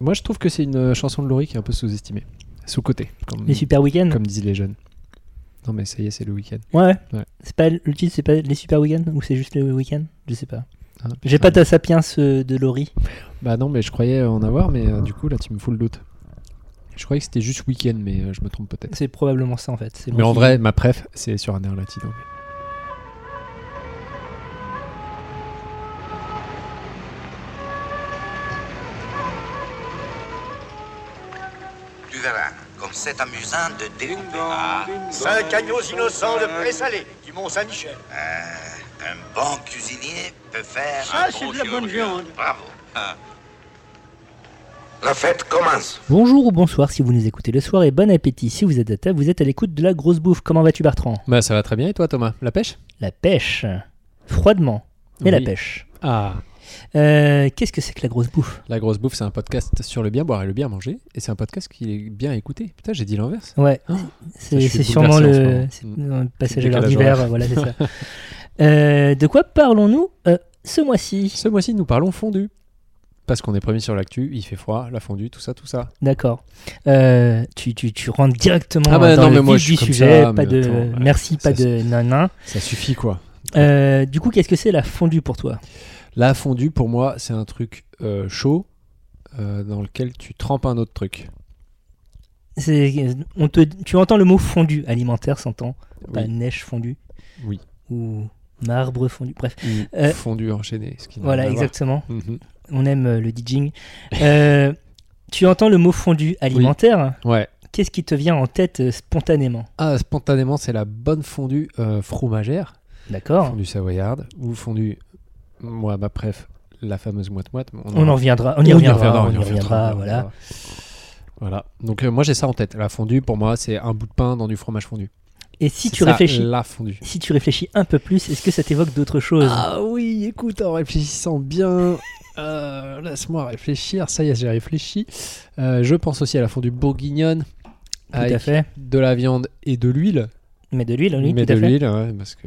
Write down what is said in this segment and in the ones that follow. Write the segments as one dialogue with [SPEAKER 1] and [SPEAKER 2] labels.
[SPEAKER 1] Moi, je trouve que c'est une euh, chanson de Laurie qui est un peu sous-estimée, sous-cotée, comme,
[SPEAKER 2] Les Super Weekends
[SPEAKER 1] comme disent les jeunes. Non, mais ça y est, c'est le week-end.
[SPEAKER 2] Ouais, ouais.
[SPEAKER 1] Ouais.
[SPEAKER 2] C'est pas, le titre, c'est pas Les Super Weekends ou c'est juste le week-end Je sais pas.
[SPEAKER 1] Ah, putain.
[SPEAKER 2] J'ai pas ta sapiens euh, de Laurie.
[SPEAKER 1] Bah non, mais je croyais en avoir, mais euh, du coup, là, tu me fous le doute. Je croyais que c'était juste week-end, mais euh, je me trompe peut-être.
[SPEAKER 2] C'est probablement ça en fait. C'est
[SPEAKER 1] Mais
[SPEAKER 2] mon
[SPEAKER 1] en
[SPEAKER 2] film.
[SPEAKER 1] vrai, ma préf, c'est sur un air latino.
[SPEAKER 3] Tu verras, comme c'est amusant de découper. Ah,
[SPEAKER 4] Cinq agneaux innocents de présalé du Mont-Saint-Michel.
[SPEAKER 3] Euh, un bon cuisinier peut faire
[SPEAKER 4] Ça,
[SPEAKER 3] un
[SPEAKER 4] c'est
[SPEAKER 3] bon
[SPEAKER 4] de la bonne
[SPEAKER 3] chirurgien.
[SPEAKER 4] viande.
[SPEAKER 3] Bravo. La fête commence.
[SPEAKER 2] Bonjour ou bonsoir si vous nous écoutez le soir et bon appétit si vous êtes à table, vous êtes à l'écoute de la grosse bouffe. Comment vas-tu Bertrand
[SPEAKER 1] Bah ça va très bien, et toi, Thomas La pêche
[SPEAKER 2] La pêche. Froidement. Mais la
[SPEAKER 1] Oui.
[SPEAKER 2] pêche.
[SPEAKER 1] Ah
[SPEAKER 2] Euh, Qu'est-ce que c'est que la grosse bouffe
[SPEAKER 1] La grosse bouffe, c'est un podcast sur le bien boire et le bien manger, et c'est un podcast qui est bien écouté. Putain, j'ai dit l'inverse.
[SPEAKER 2] Ouais,
[SPEAKER 1] Oh,
[SPEAKER 2] c'est
[SPEAKER 1] je suis
[SPEAKER 2] c'est sûblement
[SPEAKER 1] bouleversé en ce
[SPEAKER 2] le,
[SPEAKER 1] moment.
[SPEAKER 2] c'est-
[SPEAKER 1] Mm.
[SPEAKER 2] non, le passage
[SPEAKER 1] Le
[SPEAKER 2] à
[SPEAKER 1] décalage
[SPEAKER 2] l'heure d'hiver,
[SPEAKER 1] horaire.
[SPEAKER 2] voilà, c'est ça. Euh, de quoi parlons-nous euh, ce mois-ci
[SPEAKER 1] Ce mois-ci, nous parlons fondu. Parce qu'on est premier sur l'actu, il fait froid, la fondue, tout ça, tout ça.
[SPEAKER 2] D'accord. Euh, tu, tu, tu rentres directement
[SPEAKER 1] Ah bah
[SPEAKER 2] dans
[SPEAKER 1] non,
[SPEAKER 2] le
[SPEAKER 1] mais moi,
[SPEAKER 2] vif
[SPEAKER 1] je suis
[SPEAKER 2] du
[SPEAKER 1] comme
[SPEAKER 2] sujet,
[SPEAKER 1] ça,
[SPEAKER 2] pas
[SPEAKER 1] mais
[SPEAKER 2] de
[SPEAKER 1] attends, ouais,
[SPEAKER 2] merci, pas
[SPEAKER 1] ça,
[SPEAKER 2] de nanan.
[SPEAKER 1] Ça suffit quoi.
[SPEAKER 2] Euh, du coup, qu'est-ce que c'est la fondue pour toi
[SPEAKER 1] La fondue, pour moi, c'est un truc euh, chaud euh, dans lequel tu trempes un autre truc.
[SPEAKER 2] C'est- on te, tu entends le mot fondu alimentaire s'entend, pas
[SPEAKER 1] Oui.
[SPEAKER 2] neige fondue.
[SPEAKER 1] Oui.
[SPEAKER 2] Ou marbre fondu. Bref,
[SPEAKER 1] Ou
[SPEAKER 2] Euh,
[SPEAKER 1] fondu enchaîné. Ce qui n'a
[SPEAKER 2] voilà,
[SPEAKER 1] rien à voir.
[SPEAKER 2] exactement.
[SPEAKER 1] Mhm.
[SPEAKER 2] On aime euh, le DJing. Euh, tu entends le mot fondu alimentaire.
[SPEAKER 1] Ouais.
[SPEAKER 2] Qu'est-ce qui te vient en tête euh, spontanément
[SPEAKER 1] Ah, spontanément, c'est la bonne fondue euh, fromagère,
[SPEAKER 2] D'accord.
[SPEAKER 1] fondue savoyarde, ou fondue, moi, ma préf, la fameuse moite-moite. mais
[SPEAKER 2] On en reviendra. On y reviendra. On y reviendra. Voilà.
[SPEAKER 1] Voilà. Donc, euh, moi, j'ai ça en tête. La fondue, pour moi, c'est un bout de pain dans du fromage fondu.
[SPEAKER 2] Et si
[SPEAKER 1] C'est
[SPEAKER 2] tu
[SPEAKER 1] ça,
[SPEAKER 2] réfléchis,
[SPEAKER 1] La fondue.
[SPEAKER 2] si tu réfléchis un peu plus, est-ce que ça t'évoque d'autres choses
[SPEAKER 1] Ah oui, écoute, en réfléchissant bien, euh, laisse-moi réfléchir. Ça y est, j'ai réfléchi. Euh, je pense aussi à la fondue bourguignonne.
[SPEAKER 2] Tout à
[SPEAKER 1] avec
[SPEAKER 2] fait.
[SPEAKER 1] De la viande et de l'huile.
[SPEAKER 2] Mais de l'huile, oui,
[SPEAKER 1] Mais
[SPEAKER 2] tout
[SPEAKER 1] de
[SPEAKER 2] à fait.
[SPEAKER 1] l'huile, ouais, parce que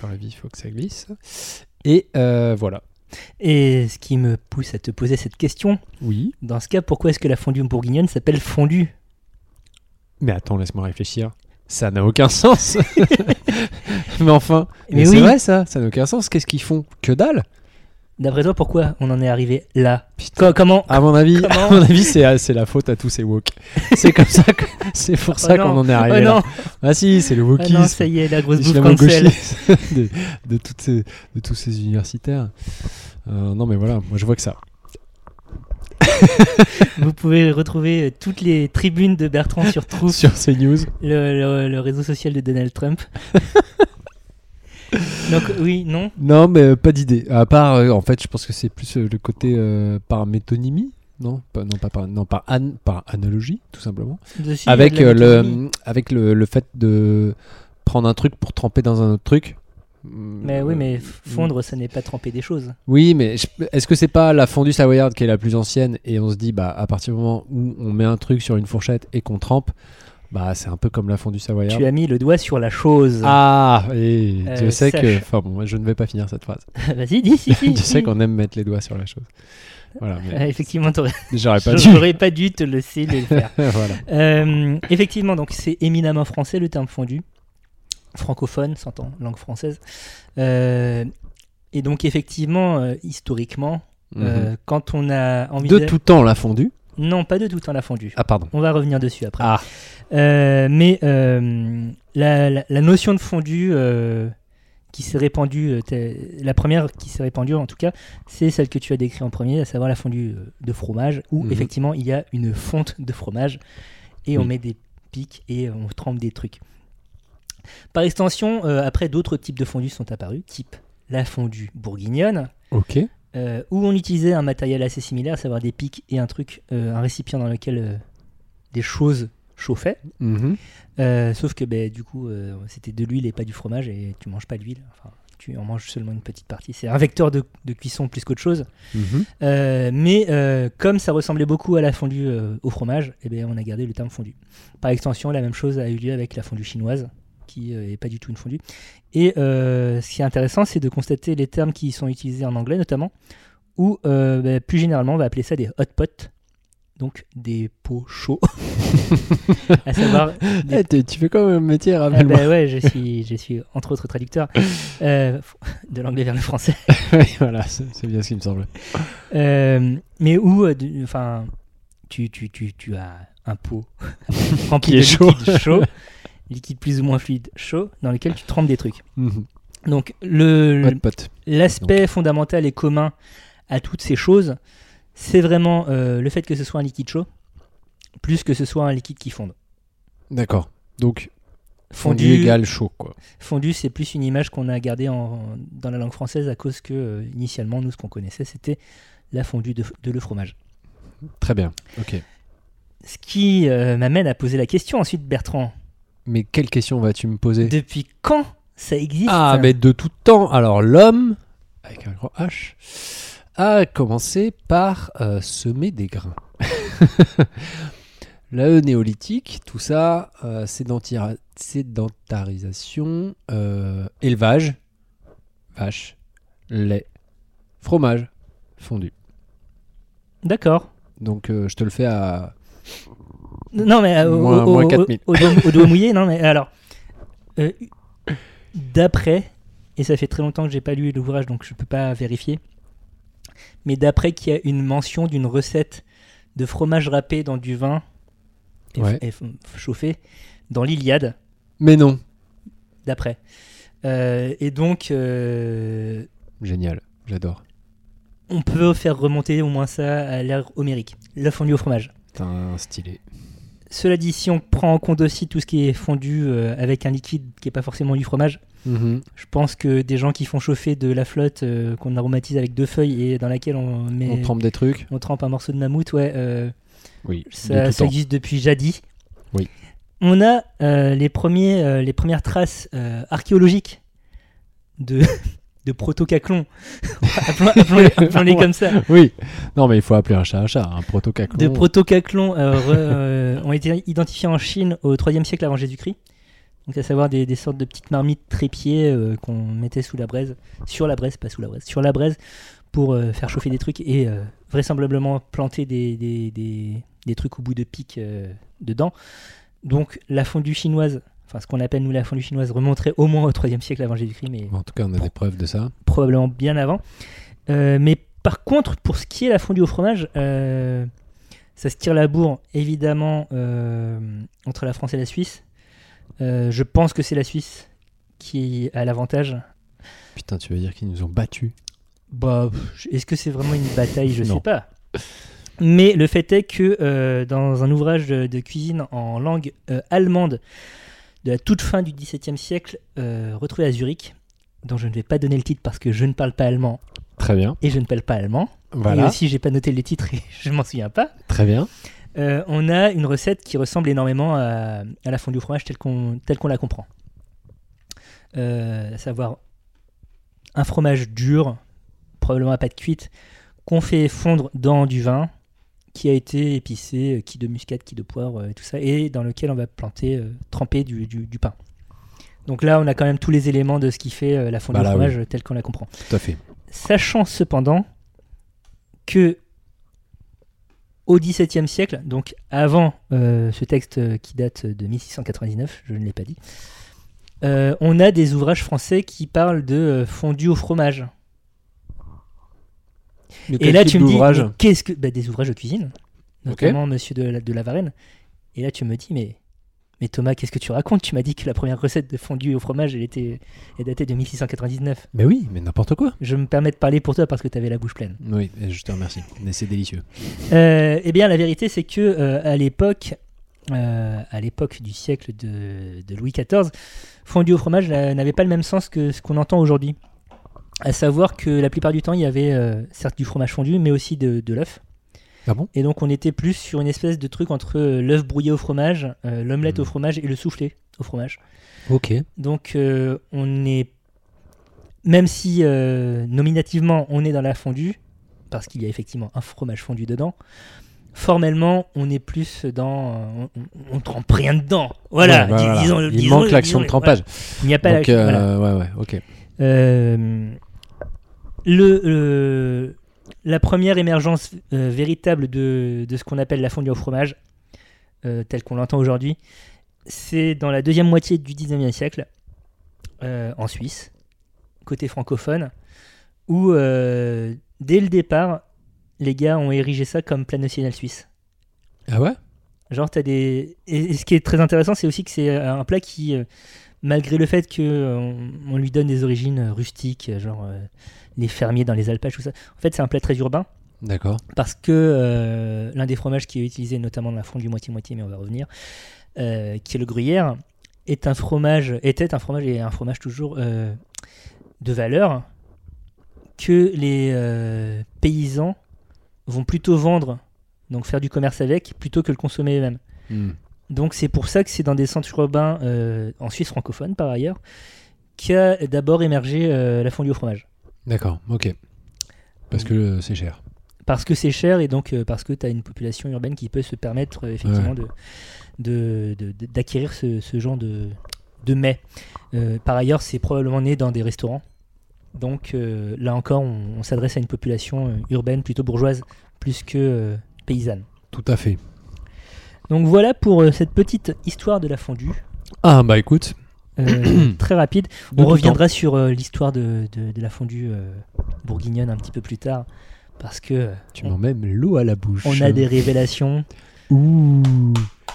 [SPEAKER 1] dans la vie, il faut que ça glisse. Et euh, voilà.
[SPEAKER 2] Et ce qui me pousse à te poser cette question,
[SPEAKER 1] Oui.
[SPEAKER 2] dans ce cas, pourquoi est-ce que la fondue bourguignonne s'appelle fondue
[SPEAKER 1] Mais attends, laisse-moi réfléchir. Ça n'a aucun sens. mais enfin,
[SPEAKER 2] Mais
[SPEAKER 1] mais c'est
[SPEAKER 2] oui.
[SPEAKER 1] vrai ça. Ça n'a aucun sens. Qu'est-ce qu'ils font Que dalle.
[SPEAKER 2] D'après toi, pourquoi on en est arrivé là Co- Comment
[SPEAKER 1] À mon avis,
[SPEAKER 2] Comment
[SPEAKER 1] à mon avis, c'est euh, c'est la faute à tous ces woke. C'est comme ça. que- C'est pour ça
[SPEAKER 2] Oh
[SPEAKER 1] qu'on
[SPEAKER 2] non.
[SPEAKER 1] en est
[SPEAKER 2] Oh
[SPEAKER 1] arrivé là.
[SPEAKER 2] non,
[SPEAKER 1] Ah si, c'est le
[SPEAKER 2] oh non, ça
[SPEAKER 1] wokisme,
[SPEAKER 2] y est, la grosse bouffe cancel.
[SPEAKER 1] l'islamo-gauchisme de, de, toutes ces- de tous ces universitaires. Euh, non mais voilà, moi je vois que ça.
[SPEAKER 2] Vous pouvez retrouver euh, toutes les tribunes de Bertrand sur Trouve,
[SPEAKER 1] Sur ces news,
[SPEAKER 2] le, le- le réseau social de Donald Trump. Donc oui, non,
[SPEAKER 1] non mais euh, pas d'idée. À part, euh, en fait, je pense que c'est plus euh, le côté euh, par métonymie, non, pas, non pas par, non par, an- par analogie, tout simplement.
[SPEAKER 2] de- si, il
[SPEAKER 1] avec
[SPEAKER 2] y a
[SPEAKER 1] euh,
[SPEAKER 2] de la métonymie.
[SPEAKER 1] le, avec le, le fait de prendre un truc pour tremper dans un autre truc.
[SPEAKER 2] Mais oui,
[SPEAKER 1] euh,
[SPEAKER 2] mais f- fondre, ça n'est pas tremper des choses.
[SPEAKER 1] Oui, mais je- est-ce que c'est pas la fondue savoyarde qui est la plus ancienne et on se dit bah à partir du moment où on met un truc sur une fourchette et qu'on trempe, bah c'est un peu comme la fondue savoyarde.
[SPEAKER 2] Tu as mis le doigt sur la chose.
[SPEAKER 1] Ah, et
[SPEAKER 2] Euh,
[SPEAKER 1] Dieu sait que.
[SPEAKER 2] sache-
[SPEAKER 1] Enfin bon, je ne vais pas finir cette phrase.
[SPEAKER 2] Ah, Vas-y, dis, si, si.
[SPEAKER 1] Dieu
[SPEAKER 2] si.
[SPEAKER 1] sait qu'on aime mettre les doigts sur la chose. Voilà,
[SPEAKER 2] Euh,
[SPEAKER 1] mais
[SPEAKER 2] Effectivement, t'aurais-
[SPEAKER 1] j'aurais pas dû.
[SPEAKER 2] j'aurais pas dû te laisser le faire.
[SPEAKER 1] voilà.
[SPEAKER 2] Euh, effectivement, donc c'est éminemment français le terme fondu, francophone, s'entend, langue française. Euh, et donc effectivement, euh, historiquement, euh, quand on a
[SPEAKER 1] Mhm.
[SPEAKER 2] envie
[SPEAKER 1] De tout temps la fondue.
[SPEAKER 2] non pas de tout temps la fondue.
[SPEAKER 1] Ah pardon.
[SPEAKER 2] On va revenir dessus après.
[SPEAKER 1] Ah.
[SPEAKER 2] Euh, mais euh, la, la- la notion de fondue euh, qui s'est répandue, euh, t'es- la première qui s'est répandue en tout cas, c'est celle que tu as décrite en premier, à savoir la fondue euh, de fromage, où
[SPEAKER 1] Mhm.
[SPEAKER 2] effectivement il y a une fonte de fromage et on
[SPEAKER 1] Oui.
[SPEAKER 2] met des pics et on trempe des trucs. Par extension, euh, après d'autres types de fondues sont apparus, type la fondue bourguignonne,
[SPEAKER 1] Ok.
[SPEAKER 2] euh, où on utilisait un matériel assez similaire, à savoir des pics et un truc, euh, un récipient dans lequel euh, des choses chauffaient.
[SPEAKER 1] Mhm.
[SPEAKER 2] Euh, sauf que ben, du coup, euh, c'était de l'huile et pas du fromage, et tu manges pas d'huile. Enfin, tu en manges seulement une petite partie. C'est un vecteur de, de cuisson plus qu'autre chose.
[SPEAKER 1] Mhm.
[SPEAKER 2] Euh, mais euh, comme ça ressemblait beaucoup à la fondue euh, au fromage, eh ben, on a gardé le terme fondue. Par extension, la même chose a eu lieu avec la fondue chinoise, qui n'est pas du tout une fondue. Et euh, ce qui est intéressant, c'est de constater les termes qui sont utilisés en anglais notamment, ou euh, ben, plus généralement, on va appeler ça des hot pots, donc des pots chauds. à savoir des
[SPEAKER 1] Eh, t'es- tu fais quoi comme métier,
[SPEAKER 2] Ah
[SPEAKER 1] rappelle-moi
[SPEAKER 2] bah ouais, je suis, je suis entre autres traducteur euh, de l'anglais vers le français.
[SPEAKER 1] Oui, Voilà, c'est c'est bien ce qui me semblait.
[SPEAKER 2] Euh, mais où, euh, du- enfin, tu, tu, tu, tu as un pot rempli
[SPEAKER 1] Qui est
[SPEAKER 2] de
[SPEAKER 1] chaud.
[SPEAKER 2] liquide chaud, liquide plus ou moins fluide chaud, dans lequel tu trempes des trucs.
[SPEAKER 1] Mhm.
[SPEAKER 2] Donc le,
[SPEAKER 1] Pas de pote.
[SPEAKER 2] L'aspect fondamental et commun à toutes ces choses, c'est vraiment euh, le fait que ce soit un liquide chaud, plus que ce soit un liquide qui fonde.
[SPEAKER 1] D'accord. Donc, fondu,
[SPEAKER 2] Fondu,
[SPEAKER 1] égale chaud, quoi.
[SPEAKER 2] fondu, c'est plus une image qu'on a gardée en- dans la langue française à cause que, euh, initialement, nous, ce qu'on connaissait, c'était la fondue de, de le fromage.
[SPEAKER 1] Très bien. Ok.
[SPEAKER 2] Ce qui euh, m'amène à poser la question ensuite, Bertrand.
[SPEAKER 1] Mais quelle question vas-tu me poser
[SPEAKER 2] Depuis quand ça existe
[SPEAKER 1] Ah, mais de tout temps. Alors, l'homme, avec un grand H, a commencé par euh, semer des grains. Le néolithique, tout ça, euh, sédentira- sédentarisation, euh, élevage, vache, lait, fromage, fondu.
[SPEAKER 2] D'accord.
[SPEAKER 1] Donc, euh, je te le fais à.
[SPEAKER 2] Non, mais euh, au-
[SPEAKER 1] Moins-
[SPEAKER 2] au,
[SPEAKER 1] moins
[SPEAKER 2] au-
[SPEAKER 1] 4000.
[SPEAKER 2] au doigt, au doigt mouillé, non, mais alors, euh, d'après, et ça fait très longtemps que j'ai pas lu l'ouvrage, donc je peux pas vérifier, mais d'après qu'il y a une mention d'une recette de fromage râpé dans du vin et,
[SPEAKER 1] Ouais.
[SPEAKER 2] f- et f- chauffé dans l'Iliade,
[SPEAKER 1] Mais non.
[SPEAKER 2] d'après. Euh, et donc, euh,
[SPEAKER 1] Génial, j'adore.
[SPEAKER 2] on peut faire remonter au moins ça à l'ère homérique, la fondue au fromage.
[SPEAKER 1] T'as un stylé.
[SPEAKER 2] Cela dit, si on prend en compte aussi tout ce qui est fondu euh, avec un liquide qui n'est pas forcément du fromage,
[SPEAKER 1] Mhm.
[SPEAKER 2] je pense que des gens qui font chauffer de la flotte euh, qu'on aromatise avec deux feuilles et dans laquelle on met
[SPEAKER 1] On trempe des trucs
[SPEAKER 2] on trempe un morceau de mammouth, ouais, euh,
[SPEAKER 1] Oui. de
[SPEAKER 2] ça,
[SPEAKER 1] tout
[SPEAKER 2] ça
[SPEAKER 1] temps.
[SPEAKER 2] existe depuis jadis.
[SPEAKER 1] Oui.
[SPEAKER 2] On a euh, les, premiers, euh, les premières traces euh, archéologiques de, de proto-caclon, appelons, appelons-les- appelons-les comme ça,
[SPEAKER 1] Oui, non, mais il faut appeler un chat un chat, un proto
[SPEAKER 2] de protocaclons euh, re- euh, ont été identifiés en Chine au 3 siècle avant Jésus-Christ. Donc, à savoir des, des sortes de petites marmites trépieds euh, qu'on mettait sous la braise, sur la braise, pas sous la braise, sur la braise, pour euh, faire chauffer des trucs et euh, vraisemblablement planter des, des, des- des trucs au bout de pique euh, dedans. Donc, la fondue chinoise, enfin, ce qu'on appelle nous la fondue chinoise, remonterait au moins au 3 siècle avant Jésus-Christ, mais
[SPEAKER 1] En tout cas, on a des preuves de ça.
[SPEAKER 2] probablement bien avant. Euh, mais par contre, pour ce qui est la fondue au fromage, euh, ça se tire la bourre, évidemment, euh, entre la France et la Suisse. Euh, je pense que c'est la Suisse qui a l'avantage.
[SPEAKER 1] Putain, tu veux dire qu'ils nous ont battus
[SPEAKER 2] Bah, pff, est-ce que c'est vraiment une bataille Je
[SPEAKER 1] Non.
[SPEAKER 2] sais pas. Mais le fait est que euh, dans un ouvrage de, de cuisine en langue euh, allemande de la toute fin du XVIIe siècle, euh, retrouvé à Zurich, dont je ne vais pas donner le titre parce que je ne parle pas allemand
[SPEAKER 1] Très bien.
[SPEAKER 2] et je ne parle pas allemand. Et
[SPEAKER 1] Voilà,
[SPEAKER 2] aussi, j'ai pas noté les titres et je m'en souviens pas.
[SPEAKER 1] très bien.
[SPEAKER 2] Euh, on a une recette qui ressemble énormément à, à la fondue au fromage telle qu'on telle qu'on la comprend. Euh, à savoir un fromage dur, probablement à pâte cuite, qu'on fait fondre dans du vin qui a été épicé, euh, qui de muscade, qui de poivre, euh, tout ça, et dans lequel on va planter, euh, tremper du, du- du pain. Donc là, on a quand même tous les éléments de ce qui fait euh, la fondue
[SPEAKER 1] Bah là,
[SPEAKER 2] au fromage euh, telle qu'on la comprend.
[SPEAKER 1] Tout à fait.
[SPEAKER 2] Sachant cependant que au XVIIe siècle, donc avant euh, ce texte euh, qui date de 1699, je ne l'ai pas dit, euh, on a des ouvrages français qui parlent de euh, fondue au fromage. Et là, tu me dis, mais qu'est-ce que bah, des ouvrages de cuisine, notamment Monsieur de la, de la Varenne. Et là, tu me dis, mais mais Thomas, qu'est-ce que tu racontes Tu m'as dit que la première recette de fondue au fromage, elle était, elle datait de 1699.
[SPEAKER 1] Mais oui, mais n'importe quoi.
[SPEAKER 2] Je me permets de parler pour toi parce que tu avais la bouche pleine.
[SPEAKER 1] Oui, et je te remercie. Mais c'est délicieux.
[SPEAKER 2] Euh, eh bien, la vérité, c'est que euh, à l'époque, euh, à l'époque du siècle de, de Louis XIV, fondue au fromage euh, n'avait pas le même sens que ce qu'on entend aujourd'hui. À savoir que la plupart du temps, il y avait euh, certes du fromage fondu, mais aussi de, de l'œuf.
[SPEAKER 1] Ah bon
[SPEAKER 2] Et donc, on était plus sur une espèce de truc entre euh, l'œuf brouillé au fromage, euh, l'omelette
[SPEAKER 1] Mhm.
[SPEAKER 2] au fromage et le soufflé au fromage.
[SPEAKER 1] Ok.
[SPEAKER 2] Donc euh, on est, même si euh, nominativement on est dans la fondue, parce qu'il y a effectivement un fromage fondu dedans, formellement on est plus dans, euh, on, on- on trempe rien dedans. Voilà, dis- disons-le,
[SPEAKER 1] bah Il
[SPEAKER 2] disons-le,
[SPEAKER 1] manque l'action de
[SPEAKER 2] disons-le,
[SPEAKER 1] trempage.
[SPEAKER 2] voilà. Il n'y a pas
[SPEAKER 1] Donc,
[SPEAKER 2] l'action,
[SPEAKER 1] euh,
[SPEAKER 2] voilà.
[SPEAKER 1] ouais, ouais, ok.
[SPEAKER 2] Euh, le, le- la première émergence euh, véritable de, de ce qu'on appelle la fondue au fromage, euh, telle qu'on l'entend aujourd'hui, c'est dans la deuxième moitié du 19e siècle, euh, en Suisse, côté francophone, où euh, dès le départ, les gars ont érigé ça comme plat national suisse.
[SPEAKER 1] Ah ouais
[SPEAKER 2] Genre, t'as des. Et, et ce qui est très intéressant, c'est aussi que c'est euh, un plat qui, euh, malgré le fait que euh, on, on lui donne des origines euh, rustiques, euh, genre euh, les fermiers dans les alpages, tout ça, en fait, c'est un plat très urbain
[SPEAKER 1] D'accord.
[SPEAKER 2] parce que euh, l'un des fromages qui est utilisé notamment dans la fondue moitié-moitié, mais on va revenir, euh, qui est le gruyère, est un fromage, était un fromage et est un fromage toujours euh, de valeur que les euh, paysans vont plutôt vendre, donc faire du commerce avec, plutôt que le consommer eux-mêmes.
[SPEAKER 1] Hmm.
[SPEAKER 2] Donc c'est pour ça que c'est dans des centres urbains euh, en Suisse francophone par ailleurs qu'a d'abord émergé euh, la fondue au fromage.
[SPEAKER 1] D'accord, ok. Parce que euh, c'est cher.
[SPEAKER 2] parce que c'est cher et donc euh, parce que tu as une population urbaine qui peut se permettre euh, effectivement de- de- de- de- d'acquérir ce, ce genre de, de mets. Euh, par ailleurs, c'est probablement né dans des restaurants. Donc euh, là encore, on, on s'adresse à une population euh, urbaine plutôt bourgeoise plus que euh, paysanne.
[SPEAKER 1] Tout à fait.
[SPEAKER 2] Donc voilà pour euh, cette petite histoire de la fondue.
[SPEAKER 1] Ah bah écoute,
[SPEAKER 2] euh, très rapide.
[SPEAKER 1] De
[SPEAKER 2] on
[SPEAKER 1] tout
[SPEAKER 2] reviendra sur euh, l'histoire de, de- de la fondue euh, bourguignonne un petit peu plus tard parce que euh,
[SPEAKER 1] tu m'en mets l'eau à la bouche.
[SPEAKER 2] on a des révélations.
[SPEAKER 1] Ouh.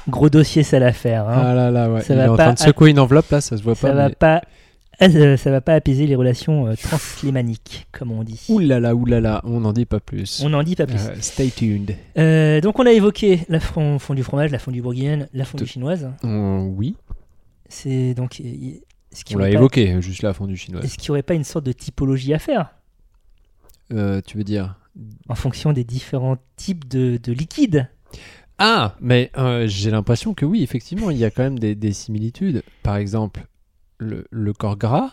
[SPEAKER 2] Gros dossier, ça l'affaire. Hein.
[SPEAKER 1] Ah là là, ouais.
[SPEAKER 2] Ça
[SPEAKER 1] Il
[SPEAKER 2] va
[SPEAKER 1] est en
[SPEAKER 2] pas
[SPEAKER 1] train de
[SPEAKER 2] à-
[SPEAKER 1] secouer une enveloppe là, ça se voit
[SPEAKER 2] ça
[SPEAKER 1] pas.
[SPEAKER 2] va
[SPEAKER 1] mais-
[SPEAKER 2] pas. ah, ça- Ça va pas apaiser les relations euh, translémaniques, comme on dit.
[SPEAKER 1] Ouh là là, ouh là là, on n'en dit pas plus.
[SPEAKER 2] On n'en dit pas plus.
[SPEAKER 1] Euh, stay tuned.
[SPEAKER 2] Euh, donc on a évoqué la fond, fondue fromage, la fondue bourguignonne, la fondue
[SPEAKER 1] Tout-
[SPEAKER 2] chinoise.
[SPEAKER 1] On- oui,
[SPEAKER 2] C'est donc euh, y- est-ce qu'il
[SPEAKER 1] on
[SPEAKER 2] y
[SPEAKER 1] l'a
[SPEAKER 2] aurait pas-
[SPEAKER 1] évoqué, euh, juste la fondue chinoise.
[SPEAKER 2] Est-ce qu'il n'y aurait pas une sorte de typologie à faire
[SPEAKER 1] Euh, tu veux dire
[SPEAKER 2] en fonction des différents types de, de liquides
[SPEAKER 1] Ah, mais euh, j'ai l'impression que oui, effectivement, il y a quand même des, des similitudes. Par exemple, le, le corps gras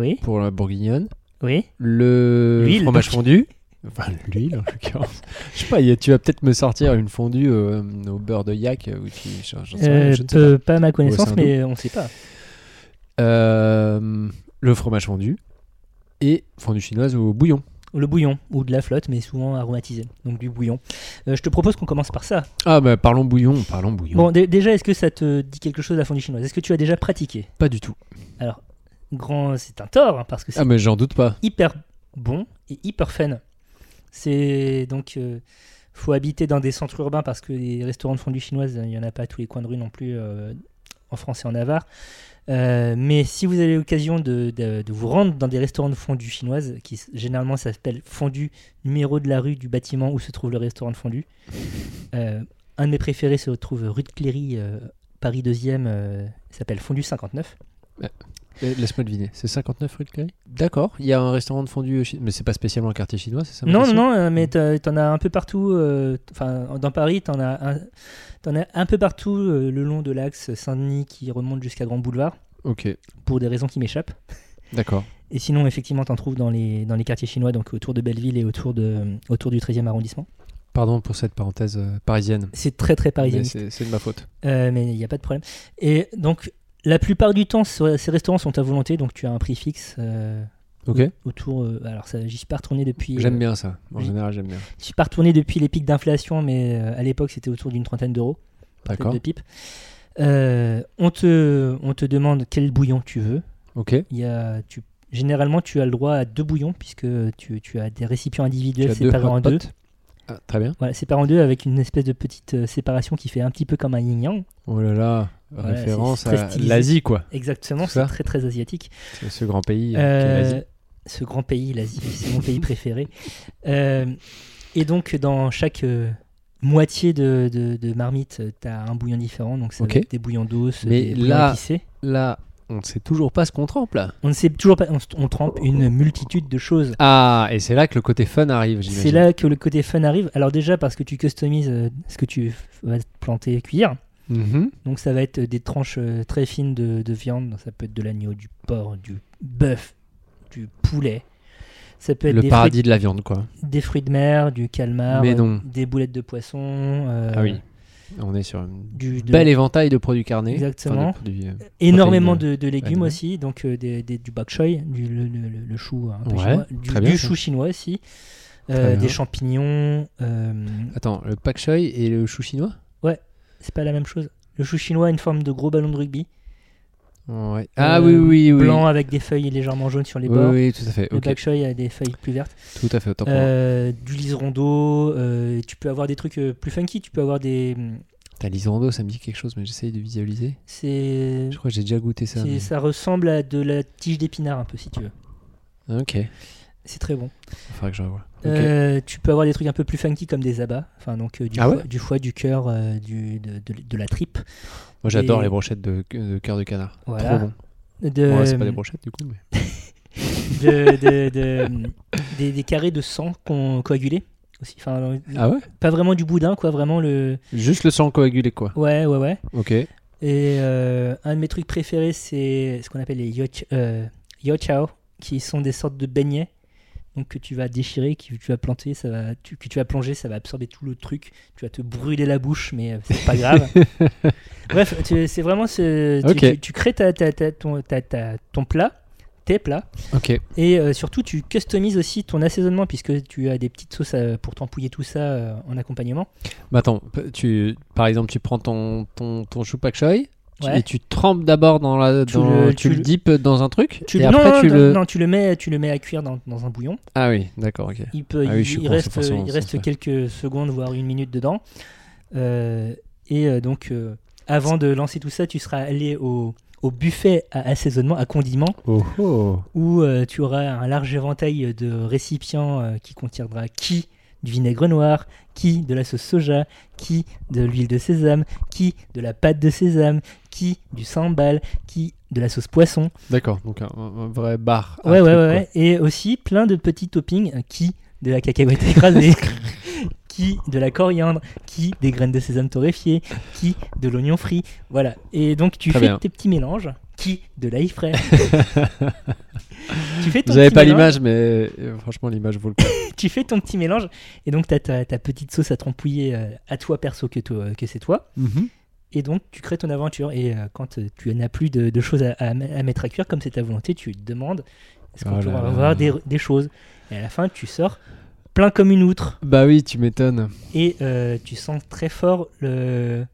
[SPEAKER 2] Oui,
[SPEAKER 1] pour la bourguignonne,
[SPEAKER 2] oui.
[SPEAKER 1] le
[SPEAKER 2] L'huile,
[SPEAKER 1] fromage
[SPEAKER 2] donc.
[SPEAKER 1] fondu. Enfin, l'huile en l'occurrence. Je sais pas, il y a- tu vas peut-être me sortir une fondue euh, au beurre de yak euh, ou tu. j'en- j'en sais rien,
[SPEAKER 2] Euh,
[SPEAKER 1] je ne sais pas.
[SPEAKER 2] peu- pas. à ma connaissance,
[SPEAKER 1] c'est un
[SPEAKER 2] mais on ne sait pas.
[SPEAKER 1] Euh, le fromage fondu et fondue chinoise au bouillon.
[SPEAKER 2] Le bouillon ou de la flotte, mais souvent aromatisé. Donc du bouillon. Euh, je te propose qu'on commence par ça.
[SPEAKER 1] Ah, bah parlons bouillon, parlons bouillon.
[SPEAKER 2] Bon, dé- déjà, est-ce que ça te dit quelque chose la fondue chinoise Est-ce que tu as déjà pratiqué
[SPEAKER 1] Pas du tout.
[SPEAKER 2] grand, c'est un tort hein, parce que c'est
[SPEAKER 1] Ah, mais j'en doute pas.
[SPEAKER 2] hyper bon et hyper fun. C'est donc euh, faut habiter dans des centres urbains parce que les restaurants de fondue chinoise, il n'y en a pas à tous les coins de rue non plus euh, en France et en Navarre. Euh, mais si vous avez l'occasion de, de- de vous rendre dans des restaurants de fondue chinoise, qui s- généralement s'appelle fondue numéro de la rue du bâtiment où se trouve le restaurant de fondue, euh, un de mes préférés se trouve rue de Cléry, euh, Paris 2e, euh, il s'appelle Fondue 59.
[SPEAKER 1] Euh, Laisse-moi deviner, c'est 59 rue de Cléry D'accord, il y a un restaurant de fondue, chi- mais c'est pas spécialement un quartier chinois, c'est ça ma
[SPEAKER 2] Non, non,
[SPEAKER 1] question
[SPEAKER 2] non, euh, mais t'as- t'en as un peu partout. euh, t- Enfin, en- dans Paris, t'en as, un- t'en as un peu partout euh, le long de l'axe Saint-Denis qui remonte jusqu'à Grand Boulevard
[SPEAKER 1] Ok,
[SPEAKER 2] pour des raisons qui m'échappent.
[SPEAKER 1] d'accord.
[SPEAKER 2] Et sinon, effectivement, t'en trouves dans les, dans les quartiers chinois, donc autour de Belleville et autour, de, autour du 13e arrondissement.
[SPEAKER 1] Pardon pour cette parenthèse euh, parisienne.
[SPEAKER 2] C'est très, très parisien.
[SPEAKER 1] Mais C'est c'est de ma faute.
[SPEAKER 2] Euh, mais il n'y a pas de problème. Et donc, la plupart du temps, ce- ces restaurants sont à volonté, donc tu as un prix fixe euh,
[SPEAKER 1] Ok,
[SPEAKER 2] autour. euh, alors, ça, j'y suis pas retourné depuis.
[SPEAKER 1] j'aime
[SPEAKER 2] euh,
[SPEAKER 1] bien ça. En
[SPEAKER 2] oui.
[SPEAKER 1] général, j'aime bien.
[SPEAKER 2] J'y suis pas retourné depuis les pics d'inflation, mais euh, à l'époque, c'était autour d'une trentaine d'euros. tête
[SPEAKER 1] D'accord.
[SPEAKER 2] de pipe. Euh, on, te, on te demande quel bouillon tu veux.
[SPEAKER 1] Ok,
[SPEAKER 2] Il y a, tu, généralement, tu as le droit à deux bouillons puisque tu, tu as des récipients
[SPEAKER 1] tu
[SPEAKER 2] individuels
[SPEAKER 1] as deux
[SPEAKER 2] séparés en
[SPEAKER 1] hot
[SPEAKER 2] deux.
[SPEAKER 1] pots. Ah, très bien.
[SPEAKER 2] Voilà, séparés en deux avec une espèce de petite euh, séparation qui fait un petit peu comme un yin-yang.
[SPEAKER 1] Oh là là,
[SPEAKER 2] Voilà,
[SPEAKER 1] référence
[SPEAKER 2] c'est- c'est
[SPEAKER 1] à
[SPEAKER 2] très stylisé.
[SPEAKER 1] l'Asie, quoi.
[SPEAKER 2] Exactement,
[SPEAKER 1] Tout ça.
[SPEAKER 2] c'est très très asiatique.
[SPEAKER 1] C'est ce grand pays euh, qu'est
[SPEAKER 2] Euh,
[SPEAKER 1] l'Asie.
[SPEAKER 2] ce grand pays, l'Asie, c'est mon pays préféré. Euh, et donc, dans chaque euh, moitié de, de- de marmite, tu as un bouillon différent. Donc, ça va
[SPEAKER 1] Ok.
[SPEAKER 2] être des bouillons d'os,
[SPEAKER 1] Mais
[SPEAKER 2] des bouillons
[SPEAKER 1] là-
[SPEAKER 2] épicés.
[SPEAKER 1] Là, on ne sait toujours pas ce qu'on trempe, là.
[SPEAKER 2] On ne sait toujours pas, on, s- on
[SPEAKER 1] Oh.
[SPEAKER 2] trempe une multitude de choses.
[SPEAKER 1] Ah, et c'est là que le côté fun arrive, j'imagine.
[SPEAKER 2] C'est là que le côté fun arrive. Alors déjà parce que tu customises euh, ce que tu f- vas te planter et cuire.
[SPEAKER 1] Mhm.
[SPEAKER 2] Donc ça va être des tranches euh, très fines de, de viande. Donc, Ça peut être de l'agneau, du porc, du bœuf, du poulet. Ça peut être
[SPEAKER 1] Le
[SPEAKER 2] des,
[SPEAKER 1] paradis de la viande, quoi.
[SPEAKER 2] Fruits, des fruits de mer, du calmar,
[SPEAKER 1] Mais
[SPEAKER 2] euh,
[SPEAKER 1] non.
[SPEAKER 2] des boulettes de poisson. euh,
[SPEAKER 1] Ah oui, on est sur une
[SPEAKER 2] Du, de-
[SPEAKER 1] bel éventail de produits carnés.
[SPEAKER 2] Exactement.
[SPEAKER 1] Enfin, de produits, euh,
[SPEAKER 2] énormément
[SPEAKER 1] protéines,
[SPEAKER 2] de, de légumes
[SPEAKER 1] animaux.
[SPEAKER 2] aussi, euh, donc euh, des- des- du bak choy, du, le, le- le- le chou, hein, un peu
[SPEAKER 1] Ouais,
[SPEAKER 2] chinois, du,
[SPEAKER 1] très bien,
[SPEAKER 2] du
[SPEAKER 1] ça.
[SPEAKER 2] chou chinois aussi,
[SPEAKER 1] Très
[SPEAKER 2] euh,
[SPEAKER 1] bien.
[SPEAKER 2] des champignons. euh,
[SPEAKER 1] Attends, le pak choi et le chou chinois
[SPEAKER 2] c'est pas la même chose. Le chou chinois a une forme de gros ballon de rugby,
[SPEAKER 1] Ouais. Ah
[SPEAKER 2] Euh,
[SPEAKER 1] oui, oui, oui.
[SPEAKER 2] blanc avec des feuilles légèrement jaunes sur les
[SPEAKER 1] oui,
[SPEAKER 2] bords.
[SPEAKER 1] oui, tout à fait.
[SPEAKER 2] Le
[SPEAKER 1] ok.
[SPEAKER 2] bok choy a des feuilles plus vertes.
[SPEAKER 1] Tout à fait, autant pour moi.
[SPEAKER 2] Euh, du liseron d'eau. euh, tu peux avoir des trucs euh, plus funky. Tu peux avoir des.
[SPEAKER 1] T'as l'isorando, ça me dit quelque chose, mais j'essaye de visualiser.
[SPEAKER 2] C'est.
[SPEAKER 1] Je crois que j'ai déjà goûté ça.
[SPEAKER 2] c'est-
[SPEAKER 1] mais-
[SPEAKER 2] Ça ressemble à de la tige d'épinard un peu si tu veux.
[SPEAKER 1] Ah, Ok, il
[SPEAKER 2] C'est très bon.
[SPEAKER 1] faudra que je revoie. Ok.
[SPEAKER 2] Euh, tu peux avoir des trucs un peu plus funky comme des abats, enfin donc euh, du,
[SPEAKER 1] Ah
[SPEAKER 2] foie,
[SPEAKER 1] ouais
[SPEAKER 2] du foie, du cœur, euh, du, de, de- de la tripe.
[SPEAKER 1] Moi j'adore
[SPEAKER 2] et-
[SPEAKER 1] les brochettes de, de cœur de canard.
[SPEAKER 2] Voilà. Euh,
[SPEAKER 1] Trop bon.
[SPEAKER 2] De,
[SPEAKER 1] Bon, là, c'est pas des brochettes du coup, mais.
[SPEAKER 2] de- de- de- des, des carrés de sang qu'on coagulé aussi. Enfin,
[SPEAKER 1] Ah ouais
[SPEAKER 2] pas vraiment du boudin, quoi, vraiment le.
[SPEAKER 1] Juste le sang coagulé quoi.
[SPEAKER 2] Ouais, ouais, ouais.
[SPEAKER 1] Ok.
[SPEAKER 2] Et euh, un de mes trucs préférés, c'est ce qu'on appelle les yoch- euh, yochao, qui sont des sortes de beignets. Donc que tu vas déchirer, que tu vas planter, ça va, tu- que tu vas plonger, ça va absorber tout le truc. Tu vas te brûler la bouche, mais euh, c'est pas grave. Bref, tu- c'est vraiment ce, tu,
[SPEAKER 1] Ok.
[SPEAKER 2] tu- tu crées ta, ta- ta- ton, ta- ta- ton plat, tes plats,
[SPEAKER 1] Ok.
[SPEAKER 2] et euh, surtout tu customises aussi ton assaisonnement puisque tu as des petites sauces euh, pour t'empouiller tout ça euh, en accompagnement.
[SPEAKER 1] Bah attends, p- tu, par exemple, tu prends ton, ton, ton chou pak choi tu-
[SPEAKER 2] Ouais.
[SPEAKER 1] et tu trempes d'abord dans la.
[SPEAKER 2] Tu
[SPEAKER 1] dans-
[SPEAKER 2] le-
[SPEAKER 1] tu
[SPEAKER 2] tu
[SPEAKER 1] le
[SPEAKER 2] le-
[SPEAKER 1] dippes dans un truc
[SPEAKER 2] Tu,
[SPEAKER 1] et
[SPEAKER 2] non,
[SPEAKER 1] après
[SPEAKER 2] non,
[SPEAKER 1] tu
[SPEAKER 2] non,
[SPEAKER 1] le.
[SPEAKER 2] non, tu le mets, tu le mets à cuire dans- dans un bouillon.
[SPEAKER 1] Ah oui, d'accord, ok.
[SPEAKER 2] Il, peut,
[SPEAKER 1] Ah oui,
[SPEAKER 2] il-
[SPEAKER 1] je suis
[SPEAKER 2] il
[SPEAKER 1] con, c'est
[SPEAKER 2] reste,
[SPEAKER 1] pour ça,
[SPEAKER 2] il
[SPEAKER 1] ça
[SPEAKER 2] reste
[SPEAKER 1] se fait.
[SPEAKER 2] quelques secondes, voire une minute dedans. Euh, et euh, donc, euh, avant de lancer tout ça, tu seras allé au, au buffet à assaisonnement, à condiment,
[SPEAKER 1] Oh oh
[SPEAKER 2] où euh, tu auras un large éventail de récipients euh, qui contiendra qui du vinaigre noir, qui de la sauce soja, qui de l'huile de sésame, qui de la pâte de sésame, qui du sambal, qui de la sauce poisson,
[SPEAKER 1] D'accord, donc un, un- un vrai bar. à
[SPEAKER 2] Ouais, ouais,
[SPEAKER 1] trucs,
[SPEAKER 2] ouais,
[SPEAKER 1] quoi.
[SPEAKER 2] ouais. Et aussi plein de petits toppings euh, qui de la cacahuète écrasée, qui de la coriandre, qui des graines de sésame torréfiées, qui de l'oignon frit. Voilà. Et donc tu
[SPEAKER 1] Très
[SPEAKER 2] fais
[SPEAKER 1] bien.
[SPEAKER 2] tes petits mélanges, qui de l'ail frais. tu fais ton
[SPEAKER 1] Vous avez
[SPEAKER 2] petit
[SPEAKER 1] pas
[SPEAKER 2] mélange-
[SPEAKER 1] l'image, mais euh, franchement, l'image vaut le coup.
[SPEAKER 2] Tu fais ton petit mélange et donc tu as ta, ta petite sauce à trompouiller euh, à toi perso que, toi- que c'est toi. Et donc tu crées ton aventure. Et euh, quand euh, tu n'as plus de, de choses à, à m- à mettre à cuire, comme c'est ta volonté, tu demandes est-ce qu'on
[SPEAKER 1] Oh
[SPEAKER 2] peut
[SPEAKER 1] là là.
[SPEAKER 2] avoir des, des choses Et à la fin, tu sors plein comme une outre.
[SPEAKER 1] Bah oui, tu m'étonnes.
[SPEAKER 2] Et euh, tu sens très fort le.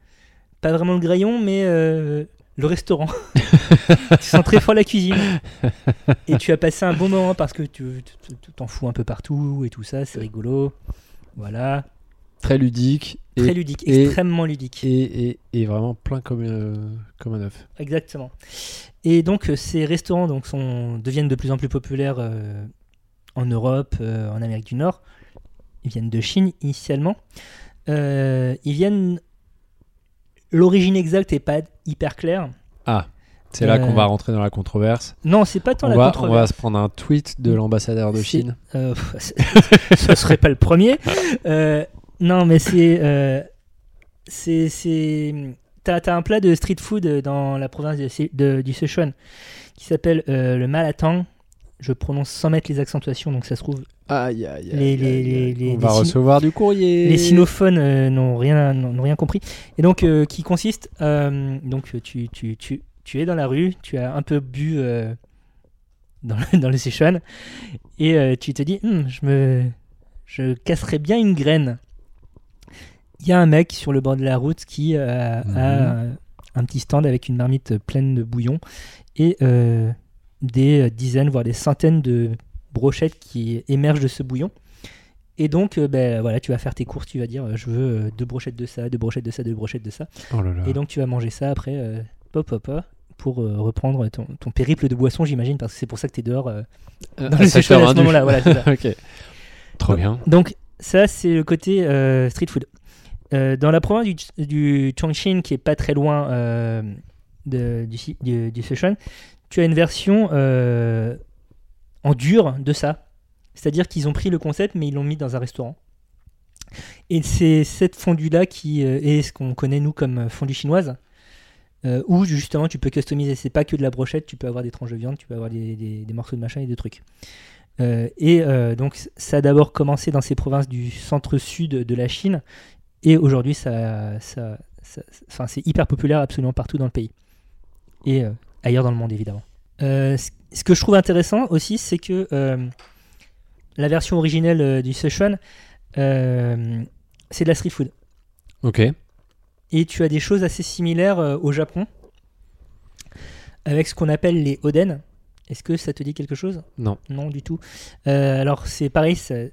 [SPEAKER 2] Pas vraiment le graillon, mais euh, le restaurant. tu sens très fort la cuisine. Et tu as passé un bon moment parce que tu tu- tu t'en fous un peu partout et tout ça, c'est rigolo. Voilà.
[SPEAKER 1] Très ludique. Et,
[SPEAKER 2] Très ludique,
[SPEAKER 1] et-
[SPEAKER 2] extrêmement ludique.
[SPEAKER 1] et, et, et vraiment plein comme, euh, comme un œuf.
[SPEAKER 2] Exactement. Et donc euh, ces restaurants donc, sont, deviennent de plus en plus populaires euh, en Europe, euh, en Amérique du Nord. Ils viennent de Chine initialement. Euh, ils viennent... L'origine exacte n'est pas hyper claire.
[SPEAKER 1] C'est là
[SPEAKER 2] Euh,
[SPEAKER 1] qu'on va rentrer dans la controverse.
[SPEAKER 2] Non, c'est pas tant
[SPEAKER 1] On
[SPEAKER 2] la
[SPEAKER 1] va, on va
[SPEAKER 2] controverse.
[SPEAKER 1] se prendre un tweet de l'ambassadeur de
[SPEAKER 2] C'est-
[SPEAKER 1] Chine.
[SPEAKER 2] Euh, pff, c'est- ce serait pas le premier. Euh, non, mais c'est. euh, c'est- c'est. T'as t'as un plat de street food euh, dans la province de Se- de- du Sichuan qui s'appelle euh, le malatang. Je prononce sans mettre les accentuations, donc ça se trouve.
[SPEAKER 1] Aïe, aïe, aïe,
[SPEAKER 2] Les-
[SPEAKER 1] aïe,
[SPEAKER 2] les-
[SPEAKER 1] aïe,
[SPEAKER 2] les-
[SPEAKER 1] aïe.
[SPEAKER 2] les-
[SPEAKER 1] on
[SPEAKER 2] les
[SPEAKER 1] va
[SPEAKER 2] sino-
[SPEAKER 1] recevoir du courrier.
[SPEAKER 2] Les sinophones euh, n'ont rien, n'ont n'ont rien compris. Et donc, euh, qui consiste. euh, donc, tu, tu, tu, tu es dans la rue, tu as un peu bu euh, dans, le, dans le Sichuan, et euh, tu te dis Hum, je me. Je casserais bien une graine. Il y a un mec sur le bord de la route qui euh,
[SPEAKER 1] Mhm.
[SPEAKER 2] a un- un petit stand avec une marmite pleine de bouillon et euh, des dizaines, voire des centaines de brochettes qui émergent de ce bouillon. Et donc, euh, ben, voilà, tu vas faire tes courses, tu vas dire euh, je veux euh, deux brochettes de ça, deux brochettes de ça, deux brochettes de ça.
[SPEAKER 1] Oh là là.
[SPEAKER 2] Et donc, tu vas manger ça après, euh, pop, pop, pop, pour euh, reprendre ton, ton périple de boisson, j'imagine, parce que c'est pour ça que tu es dehors euh,
[SPEAKER 1] Euh,
[SPEAKER 2] dans
[SPEAKER 1] à
[SPEAKER 2] le
[SPEAKER 1] cette
[SPEAKER 2] Seychelles
[SPEAKER 1] heure
[SPEAKER 2] à ce
[SPEAKER 1] indue.
[SPEAKER 2] moment-là. Voilà, c'est ça.
[SPEAKER 1] ok. Trop bien.
[SPEAKER 2] Donc, ça, c'est le côté euh, street food. Euh, dans la province du, du Chongqing, qui est pas très loin euh, de- du, si- du, du Sichuan, tu as une version euh, en dur de ça. C'est-à-dire qu'ils ont pris le concept, mais ils l'ont mis dans un restaurant. Et c'est cette fondue-là qui euh, est ce qu'on connaît, nous, comme fondue chinoise. euh, où justement tu peux customiser, c'est pas que de la brochette, tu peux avoir des tranches de viande, tu peux avoir des, des- des morceaux de machin et des trucs. Euh, et euh, donc ça a d'abord commencé dans ces provinces du centre-sud de la Chine, et aujourd'hui ça, ça, ça- ça- enfin, c'est hyper populaire absolument partout dans le pays, et euh, ailleurs dans le monde évidemment. Euh, ce- ce que je trouve intéressant aussi, c'est que euh, la version originelle euh, du Szechuan, euh, c'est de la street food.
[SPEAKER 1] Ok.
[SPEAKER 2] Et tu as des choses assez similaires euh, au Japon, avec ce qu'on appelle les oden. Est-ce que ça te dit quelque chose
[SPEAKER 1] Non.
[SPEAKER 2] Non, du tout. Euh, alors, c'est pareil, c'est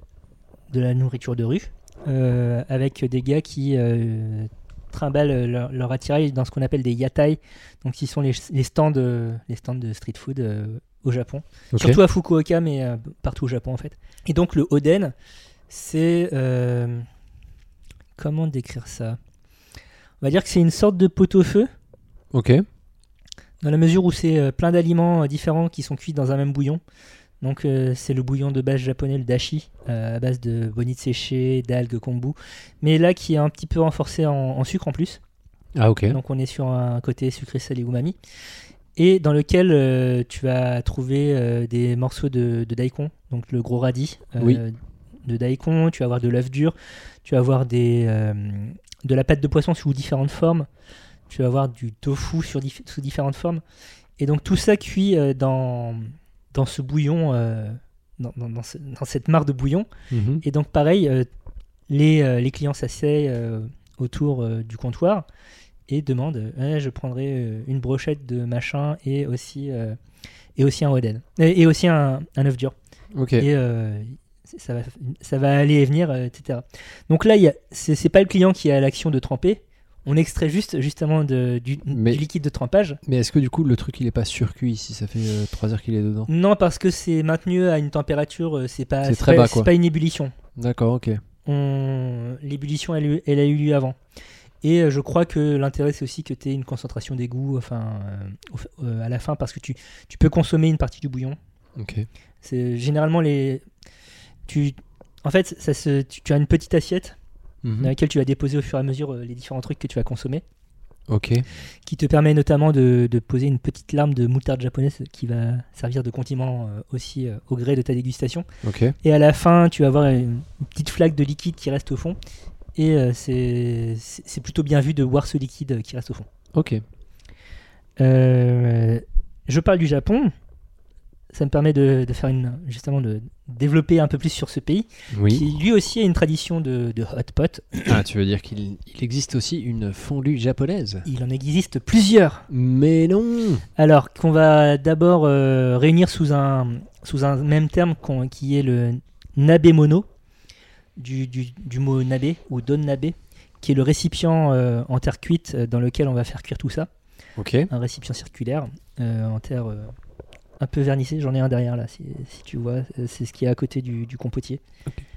[SPEAKER 2] de la nourriture de rue, euh, avec des gars qui euh, trimballent leur, leur attirail dans ce qu'on appelle des yatai, donc qui sont les, les stands, euh, les stands de street food euh, au Japon.
[SPEAKER 1] Ok.
[SPEAKER 2] Surtout à Fukuoka, mais euh, partout au Japon en fait. Et donc le oden, c'est... euh, comment décrire ça On va dire que c'est une sorte de pot-au-feu,
[SPEAKER 1] Ok.
[SPEAKER 2] dans la mesure où c'est euh, plein d'aliments euh, différents qui sont cuits dans un même bouillon. Donc euh, c'est le bouillon de base japonais, le dashi, euh, à base de bonite séchée, d'algues, kombu, mais là qui est un petit peu renforcé en- en sucre en plus.
[SPEAKER 1] Ah, ok.
[SPEAKER 2] Donc on est sur un côté sucré, salé, umami. Et dans lequel euh, tu vas trouver euh, des morceaux de, de daikon, donc le gros radis euh,
[SPEAKER 1] Oui.
[SPEAKER 2] de daikon. Tu vas avoir de l'œuf dur, tu vas avoir des, euh, de la pâte de poisson sous différentes formes, tu vas avoir du tofu sur dif- sous différentes formes. Et donc tout ça cuit euh, dans, dans ce bouillon, euh, dans, dans- dans ce- dans cette mare de bouillon.
[SPEAKER 1] Mhm.
[SPEAKER 2] Et donc, pareil, euh, les, euh, les clients s'asseyent euh, autour euh, du comptoir et demandent euh, Eh, Je prendrai euh, une brochette de machin et aussi, euh, et aussi un Oden. Et, et aussi un, un œuf dur.
[SPEAKER 1] Ok.
[SPEAKER 2] Et euh, ça, va, ça va aller et venir, euh, etc. Donc là, il y a- c'est c'est pas le client qui a l'action de tremper. On extrait juste justement de- du,
[SPEAKER 1] Mais-
[SPEAKER 2] du liquide de trempage.
[SPEAKER 1] Mais est-ce que du coup le truc il est pas surcuit si ça fait 3 heures qu'il est dedans
[SPEAKER 2] Non, parce que c'est maintenu à une température, euh, c'est pas,
[SPEAKER 1] C'est
[SPEAKER 2] c'est
[SPEAKER 1] très
[SPEAKER 2] pas-
[SPEAKER 1] bas,
[SPEAKER 2] c'est
[SPEAKER 1] quoi.
[SPEAKER 2] pas une ébullition.
[SPEAKER 1] D'accord, ok.
[SPEAKER 2] on- l'ébullition, elle, elle a eu lieu avant. Et euh, je crois que l'intérêt, c'est aussi que tu aies une concentration des goûts enfin, euh, au f- euh, à la fin, parce que tu, tu peux consommer une partie du bouillon.
[SPEAKER 1] Ok.
[SPEAKER 2] C'est généralement les. Tu, en fait, ça se, tu, tu as une petite assiette
[SPEAKER 1] Mhm.
[SPEAKER 2] dans laquelle tu vas déposer au fur et à mesure euh, les différents trucs que tu vas consommer,
[SPEAKER 1] Ok.
[SPEAKER 2] qui te permet notamment de, de poser une petite larme de moutarde japonaise qui va servir de condiment euh, aussi euh, au gré de ta dégustation.
[SPEAKER 1] Ok.
[SPEAKER 2] Et à la fin, tu vas avoir une une petite flaque de liquide qui reste au fond. Et euh, c'est c'est c'est plutôt bien vu de voir ce liquide euh, qui reste au fond.
[SPEAKER 1] Ok.
[SPEAKER 2] Euh, je parle du Japon. Ça me permet de, de faire une, justement de développer un peu plus sur ce pays,
[SPEAKER 1] Oui.
[SPEAKER 2] qui lui aussi a une tradition de, de hot pot.
[SPEAKER 1] Ah, tu veux dire qu'il il existe aussi une fondue japonaise
[SPEAKER 2] Il en existe plusieurs.
[SPEAKER 1] Mais non
[SPEAKER 2] Alors qu'on va d'abord euh, réunir sous un, sous un même terme qu'on- qui est le nabemono, du, du, du mot nabe ou don nabe, qui est le récipient euh, en terre cuite euh, dans lequel on va faire cuire tout ça.
[SPEAKER 1] Ok.
[SPEAKER 2] Un récipient circulaire euh, en terre euh, un peu vernissée. J'en ai un derrière là, si, si tu vois. Euh, C'est ce qui est à côté du, du compotier.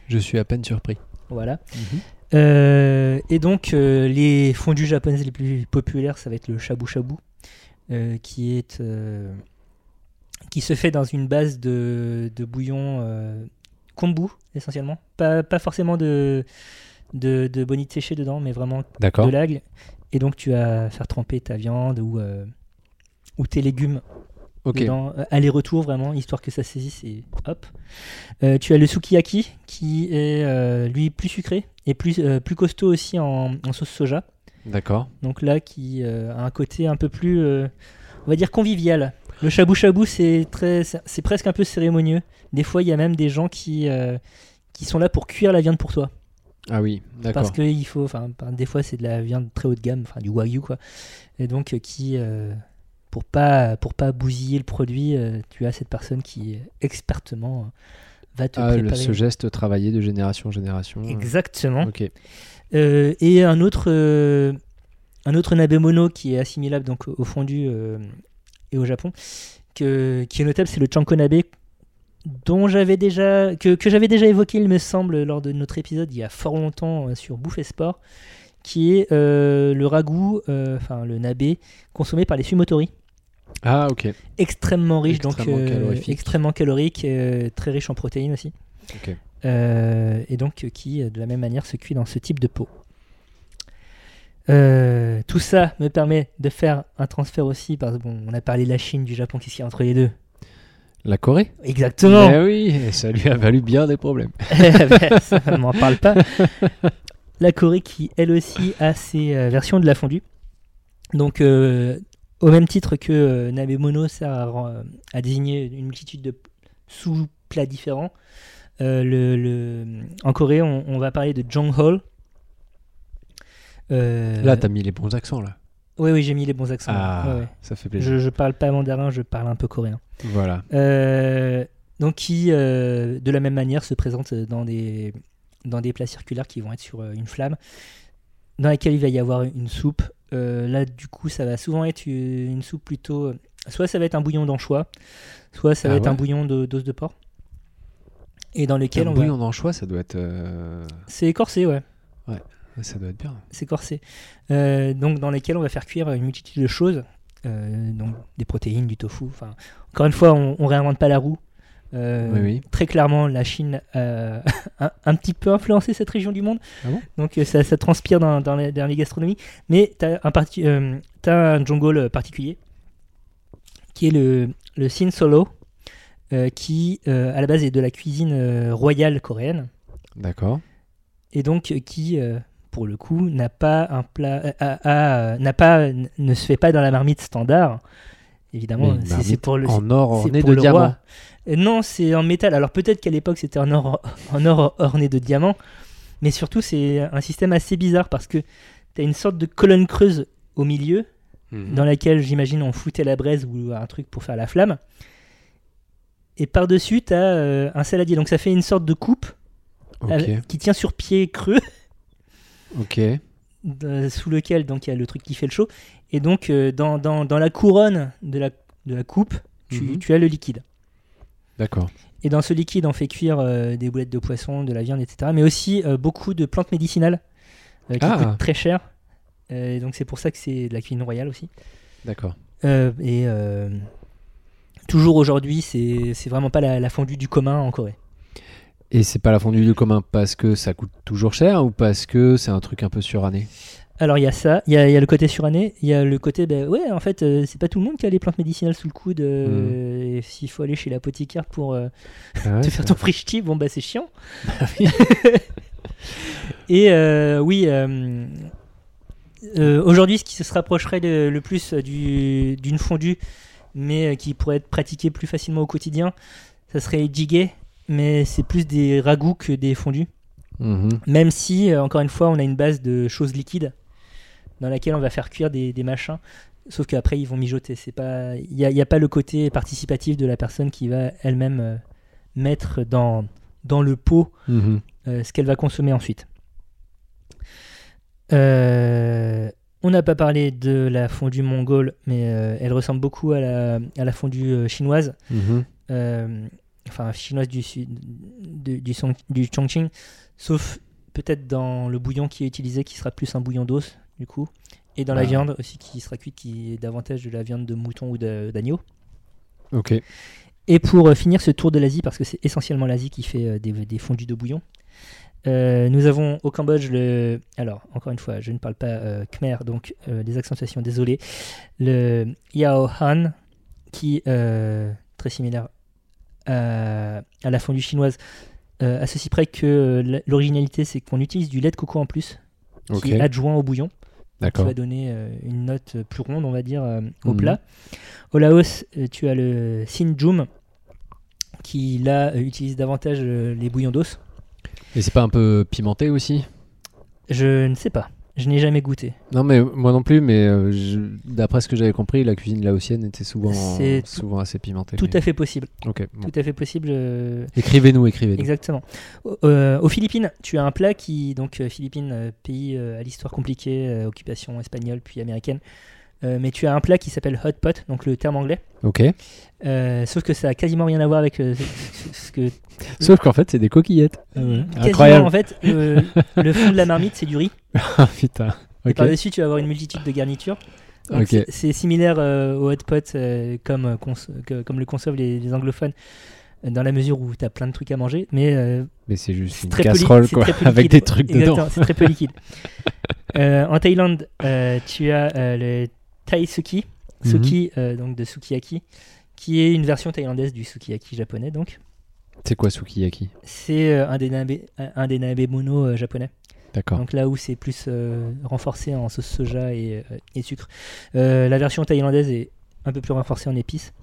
[SPEAKER 1] Je suis à peine surpris.
[SPEAKER 2] Voilà. Euh, et donc, euh, les fondus japonaises les plus populaires, ça va être le shabu shabu, euh, qui est euh, qui se fait dans une base de, de bouillon euh, kombu essentiellement, pas, pas forcément de de, de bonite séchée dedans, mais vraiment
[SPEAKER 1] D'accord.
[SPEAKER 2] de l'agle. Et donc, tu vas faire tremper ta viande ou euh, ou tes légumes
[SPEAKER 1] Ok.
[SPEAKER 2] dedans, euh, aller-retour vraiment, histoire que ça saisisse et hop. Euh, tu as le sukiyaki qui est euh, lui plus sucré et plus, euh, plus costaud aussi en, en sauce soja.
[SPEAKER 1] D'accord.
[SPEAKER 2] Donc là qui euh, a un côté un peu plus, euh, on va dire convivial. Le shabu shabu c'est très, c'est c'est presque un peu cérémonieux. Des fois il y a même des gens qui euh, qui sont là pour cuire la viande pour toi
[SPEAKER 1] Ah oui, d'accord.
[SPEAKER 2] parce que il faut, enfin par- des fois c'est de la viande très haut de gamme, enfin du wagyu quoi, et donc euh, qui euh, pour pas pour pas bousiller le produit, euh, tu as cette personne qui euh, expertement euh, va te
[SPEAKER 1] Ah, le-
[SPEAKER 2] préparer.
[SPEAKER 1] ce geste travaillé de génération en génération. euh,
[SPEAKER 2] Exactement.
[SPEAKER 1] Ok.
[SPEAKER 2] Euh, et un autre euh, un autre nabemono qui est assimilable donc au fondu euh, et au Japon, que, qui est notable, c'est le chankonabe dont j'avais déjà que, que j'avais déjà évoqué il me semble lors de notre épisode il y a fort longtemps euh, sur Bouffe et Sport, qui est euh, le ragoût, euh, enfin le nabe consommé par les sumotori
[SPEAKER 1] Ah, ok.
[SPEAKER 2] extrêmement riche,
[SPEAKER 1] Extrêmement
[SPEAKER 2] donc euh,
[SPEAKER 1] calorifique.
[SPEAKER 2] extrêmement calorique, euh, très riche en protéines aussi.
[SPEAKER 1] Ok.
[SPEAKER 2] Euh, et donc euh, qui, euh, de la même manière, se cuit dans ce type de peau. Euh, tout ça me permet de faire un transfert aussi, parce que bon, on a parlé de la Chine, du Japon, qu'est-ce qu'il y a entre les deux
[SPEAKER 1] La Corée
[SPEAKER 2] Exactement
[SPEAKER 1] Eh oui, et ça lui a valu bien des problèmes.
[SPEAKER 2] Ça ne m'en parle pas. La Corée qui, elle aussi, a ses euh, versions de la fondue. Donc, euh, au même titre que euh, Nabemono sert à, ren- à désigner une multitude de sous-plats différents, Euh, le, le- En Corée, on, on va parler de Jonghol. Euh,
[SPEAKER 1] Là, t'as mis les bons accents, là.
[SPEAKER 2] Oui, oui, j'ai mis les bons accents.
[SPEAKER 1] Ah,
[SPEAKER 2] Ouais, ouais.
[SPEAKER 1] ça fait plaisir.
[SPEAKER 2] Je, je parle pas mandarin, je parle un peu coréen.
[SPEAKER 1] Voilà.
[SPEAKER 2] Euh, donc qui, euh, de la même manière, se présente dans des, dans des plats circulaires qui vont être sur euh, une flamme, dans laquelle il va y avoir une soupe. Euh, là, du coup, ça va souvent être une une soupe plutôt... euh, Soit ça va être un bouillon d'anchois, soit ça va
[SPEAKER 1] Ah
[SPEAKER 2] être un
[SPEAKER 1] ouais.
[SPEAKER 2] bouillon de- d'os de porc. Et dans lequel
[SPEAKER 1] Un
[SPEAKER 2] on va...
[SPEAKER 1] bouillon d'anchois, ça doit être. euh,
[SPEAKER 2] C'est écorcé, ouais.
[SPEAKER 1] Ça doit être bien.
[SPEAKER 2] c'est corsé. Euh, donc dans lesquels on va faire cuire une multitude de choses, euh, donc des protéines, du tofu. Enfin, encore une fois, on, on réinvente pas la roue. Euh,
[SPEAKER 1] Oui, oui.
[SPEAKER 2] Très clairement, la Chine a un, un petit peu influencé cette région du monde.
[SPEAKER 1] Ah bon
[SPEAKER 2] donc euh, ça, ça transpire dans, dans, la- dans les gastronomies. Mais tu as un, parti, euh, t'as un jongol particulier qui est le, le sin solo, euh, qui euh, à la base est de la cuisine euh, royale coréenne
[SPEAKER 1] D'accord.
[SPEAKER 2] et donc euh, qui, euh, pour le coup, n'a pas un plat, euh, a- a, euh, n'a pas, n- ne se fait pas dans la marmite standard. Évidemment,
[SPEAKER 1] Mais une
[SPEAKER 2] c'est- c'est
[SPEAKER 1] marmite
[SPEAKER 2] pour le,
[SPEAKER 1] En or
[SPEAKER 2] c'est
[SPEAKER 1] orné
[SPEAKER 2] pour
[SPEAKER 1] de
[SPEAKER 2] le
[SPEAKER 1] diamants.
[SPEAKER 2] roi. Euh, Non, c'est en métal. Alors peut-être qu'à l'époque c'était en or, en or orné de diamants, mais surtout c'est un système assez bizarre parce que t'as une sorte de colonne creuse au milieu
[SPEAKER 1] Mhm.
[SPEAKER 2] dans laquelle j'imagine on foutait la braise ou un truc pour faire la flamme. Et par-dessus, t'as euh, un saladier. Donc ça fait une sorte de coupe
[SPEAKER 1] Ok.
[SPEAKER 2] euh, qui tient sur pied creux
[SPEAKER 1] Ok.
[SPEAKER 2] de- euh, sous lequel donc il y a le truc qui fait le chaud et donc euh, dans, dans- dans la couronne de la, de la coupe tu,
[SPEAKER 1] Mhm.
[SPEAKER 2] tu as le liquide
[SPEAKER 1] D'accord.
[SPEAKER 2] et dans ce liquide on fait cuire euh, des boulettes de poisson de la viande etc mais aussi euh, beaucoup de plantes médicinales euh, qui
[SPEAKER 1] Ah.
[SPEAKER 2] coûtent très cher Euh, et donc c'est pour ça que c'est de la cuisine royale aussi
[SPEAKER 1] D'accord.
[SPEAKER 2] Euh, et euh, toujours aujourd'hui c'est c'est vraiment pas la, la fondue du commun en Corée
[SPEAKER 1] Et c'est pas la fondue du commun parce que ça coûte toujours cher ou parce que c'est un truc un peu suranné
[SPEAKER 2] Alors il y a ça, il y, a il y a le côté suranné, il y a le côté, ben ouais, en fait, euh, c'est pas tout le monde qui a les plantes médicinales sous le coude. euh, et S'il faut aller chez l'apothicaire pour euh,
[SPEAKER 1] Ah ouais,
[SPEAKER 2] te
[SPEAKER 1] ça-
[SPEAKER 2] faire ton frichti, bon bah c'est chiant. et euh, oui, euh, euh, aujourd'hui, ce qui se rapprocherait le, le plus du- d'une fondue, mais euh, qui pourrait être pratiqué plus facilement au quotidien, ça serait jjigae, mais c'est plus des ragoûts que des fondues.
[SPEAKER 1] Mhm.
[SPEAKER 2] Même si, euh, encore une fois, on a une base de choses liquides dans laquelle on va faire cuire des, des machins. Sauf qu'après, ils vont mijoter. C'est pas, il n'y a, il y a pas le côté participatif de la personne qui va elle-même euh, mettre dans, dans le pot
[SPEAKER 1] Mhm.
[SPEAKER 2] euh, ce qu'elle va consommer ensuite. Euh, on n'a pas parlé de la fondue mongole, mais euh, elle ressemble beaucoup à la, à la fondue euh, chinoise
[SPEAKER 1] Mhm.
[SPEAKER 2] euh, enfin chinoise du sud du, du, Song- du Chongqing, sauf peut-être dans le bouillon qui est utilisé, qui sera plus un bouillon d'os du coup, et dans la
[SPEAKER 1] Ah.
[SPEAKER 2] viande aussi qui sera cuite, qui est davantage de la viande de mouton ou de- d'agneau.
[SPEAKER 1] Ok.
[SPEAKER 2] Et pour euh, finir ce tour de l'Asie, parce que c'est essentiellement l'Asie qui fait euh, des, des fondus de bouillon, euh, nous avons au Cambodge le. Alors, encore une fois, je ne parle pas euh, khmer, donc euh, les accentuations, désolé. Le Yao Han, qui, euh, très similaire à, à la fondue chinoise, euh, à ceci près que euh, l- l'originalité, c'est qu'on utilise du lait de coco en plus,
[SPEAKER 1] Ok.
[SPEAKER 2] qui est adjoint au bouillon qui
[SPEAKER 1] D'accord.
[SPEAKER 2] va donner euh, une note euh, plus ronde, on va dire, euh, au
[SPEAKER 1] Mhm.
[SPEAKER 2] plat. Au Laos, euh, tu as le Sinjum, qui là euh, utilise davantage euh, les bouillons d'os.
[SPEAKER 1] Et c'est pas un peu pimenté aussi
[SPEAKER 2] Je ne sais pas, je n'ai jamais goûté.
[SPEAKER 1] Non, mais moi non plus, mais euh, je- d'après ce que j'avais compris, la cuisine laotienne était souvent,
[SPEAKER 2] C'est tout-
[SPEAKER 1] souvent assez pimentée.
[SPEAKER 2] Tout à fait possible,
[SPEAKER 1] fait. Ok. Eh bon.
[SPEAKER 2] tout à fait possible. euh,
[SPEAKER 1] Écrivez-nous, écrivez-nous.
[SPEAKER 2] Exactement. Au- euh, aux Philippines, tu as un plat qui, donc euh, Philippines, euh, pays euh, à l'histoire compliquée, euh, occupation espagnole puis américaine, Euh, mais tu as un plat qui s'appelle hot pot, donc le terme anglais.
[SPEAKER 1] Ok.
[SPEAKER 2] Euh, sauf que ça a quasiment rien à voir avec euh, ce- ce que
[SPEAKER 1] Sauf qu'en fait, c'est des coquillettes.
[SPEAKER 2] Ah Quasiment,
[SPEAKER 1] Ah Incroyable.
[SPEAKER 2] En fait, euh, le fond de la marmite, c'est du riz.
[SPEAKER 1] Ah putain.
[SPEAKER 2] Et
[SPEAKER 1] Ok.
[SPEAKER 2] par-dessus, tu vas avoir une multitude de garnitures. Donc,
[SPEAKER 1] Ok.
[SPEAKER 2] c'est- C'est similaire euh, au hot pot euh, comme, euh, cons- que- comme le conçoivent les, les anglophones, euh, dans la mesure où tu as plein de trucs à manger. Mais euh,
[SPEAKER 1] Mais c'est juste
[SPEAKER 2] c'est
[SPEAKER 1] une
[SPEAKER 2] très peu li-
[SPEAKER 1] casserole,
[SPEAKER 2] c'est
[SPEAKER 1] quoi,
[SPEAKER 2] très peu
[SPEAKER 1] avec des
[SPEAKER 2] liquide.
[SPEAKER 1] trucs
[SPEAKER 2] Exactement,
[SPEAKER 1] dedans.
[SPEAKER 2] C'est très peu liquide. Euh, en Thaïlande, euh, tu as euh, le Thai Suki,
[SPEAKER 1] Mhm.
[SPEAKER 2] suki euh, donc de Sukiyaki, qui est une version thaïlandaise du Sukiyaki japonais. donc.
[SPEAKER 1] C'est quoi Sukiyaki
[SPEAKER 2] C'est euh, un des nabe, un des nabemono, euh, japonais.
[SPEAKER 1] D'accord.
[SPEAKER 2] Donc là où c'est plus euh, renforcé en sauce soja et, euh, et sucre. Euh, la version thaïlandaise est un peu plus renforcée en épices.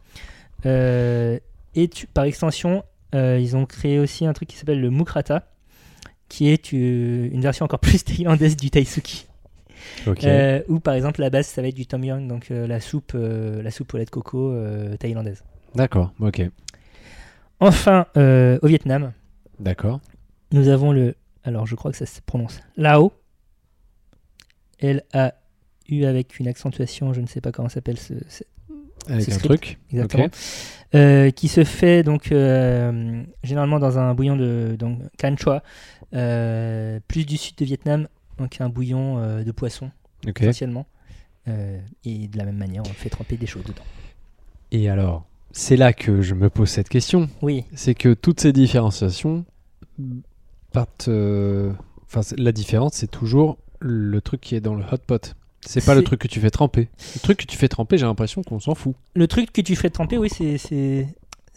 [SPEAKER 2] Euh, et tu- par extension, euh, ils ont créé aussi un truc qui s'appelle le mukrata, qui est euh, une version encore plus thaïlandaise du taïsuki.
[SPEAKER 1] Ok.
[SPEAKER 2] Euh, Où par exemple la base ça va être du tom yum, donc euh, la soupe, euh, la soupe au lait de coco euh, thaïlandaise.
[SPEAKER 1] D'accord. Ok.
[SPEAKER 2] Enfin, euh, au Vietnam,
[SPEAKER 1] D'accord.
[SPEAKER 2] nous avons le, alors je crois que ça se prononce lao, L A U avec une accentuation, je ne sais pas comment s'appelle ce, ce-
[SPEAKER 1] Avec
[SPEAKER 2] C'est
[SPEAKER 1] un
[SPEAKER 2] script.
[SPEAKER 1] truc.
[SPEAKER 2] exactement,
[SPEAKER 1] Ok.
[SPEAKER 2] Euh, qui se fait donc euh, généralement dans un bouillon de donc can choa, euh, plus du sud de Vietnam, donc un bouillon euh, de poisson
[SPEAKER 1] Ok.
[SPEAKER 2] essentiellement. Euh, et de la même manière, on fait tremper des choses dedans.
[SPEAKER 1] Et alors, c'est là que je me pose cette question.
[SPEAKER 2] Oui,
[SPEAKER 1] c'est que toutes ces différenciations partent. euh, Enfin, c'est- la différence, c'est toujours le truc qui est dans le hot pot. C'est pas le
[SPEAKER 2] C'est-
[SPEAKER 1] truc que tu fais tremper. Le truc que tu fais tremper, j'ai l'impression qu'on s'en fout.
[SPEAKER 2] le truc que tu fais tremper, oui, c'est c'est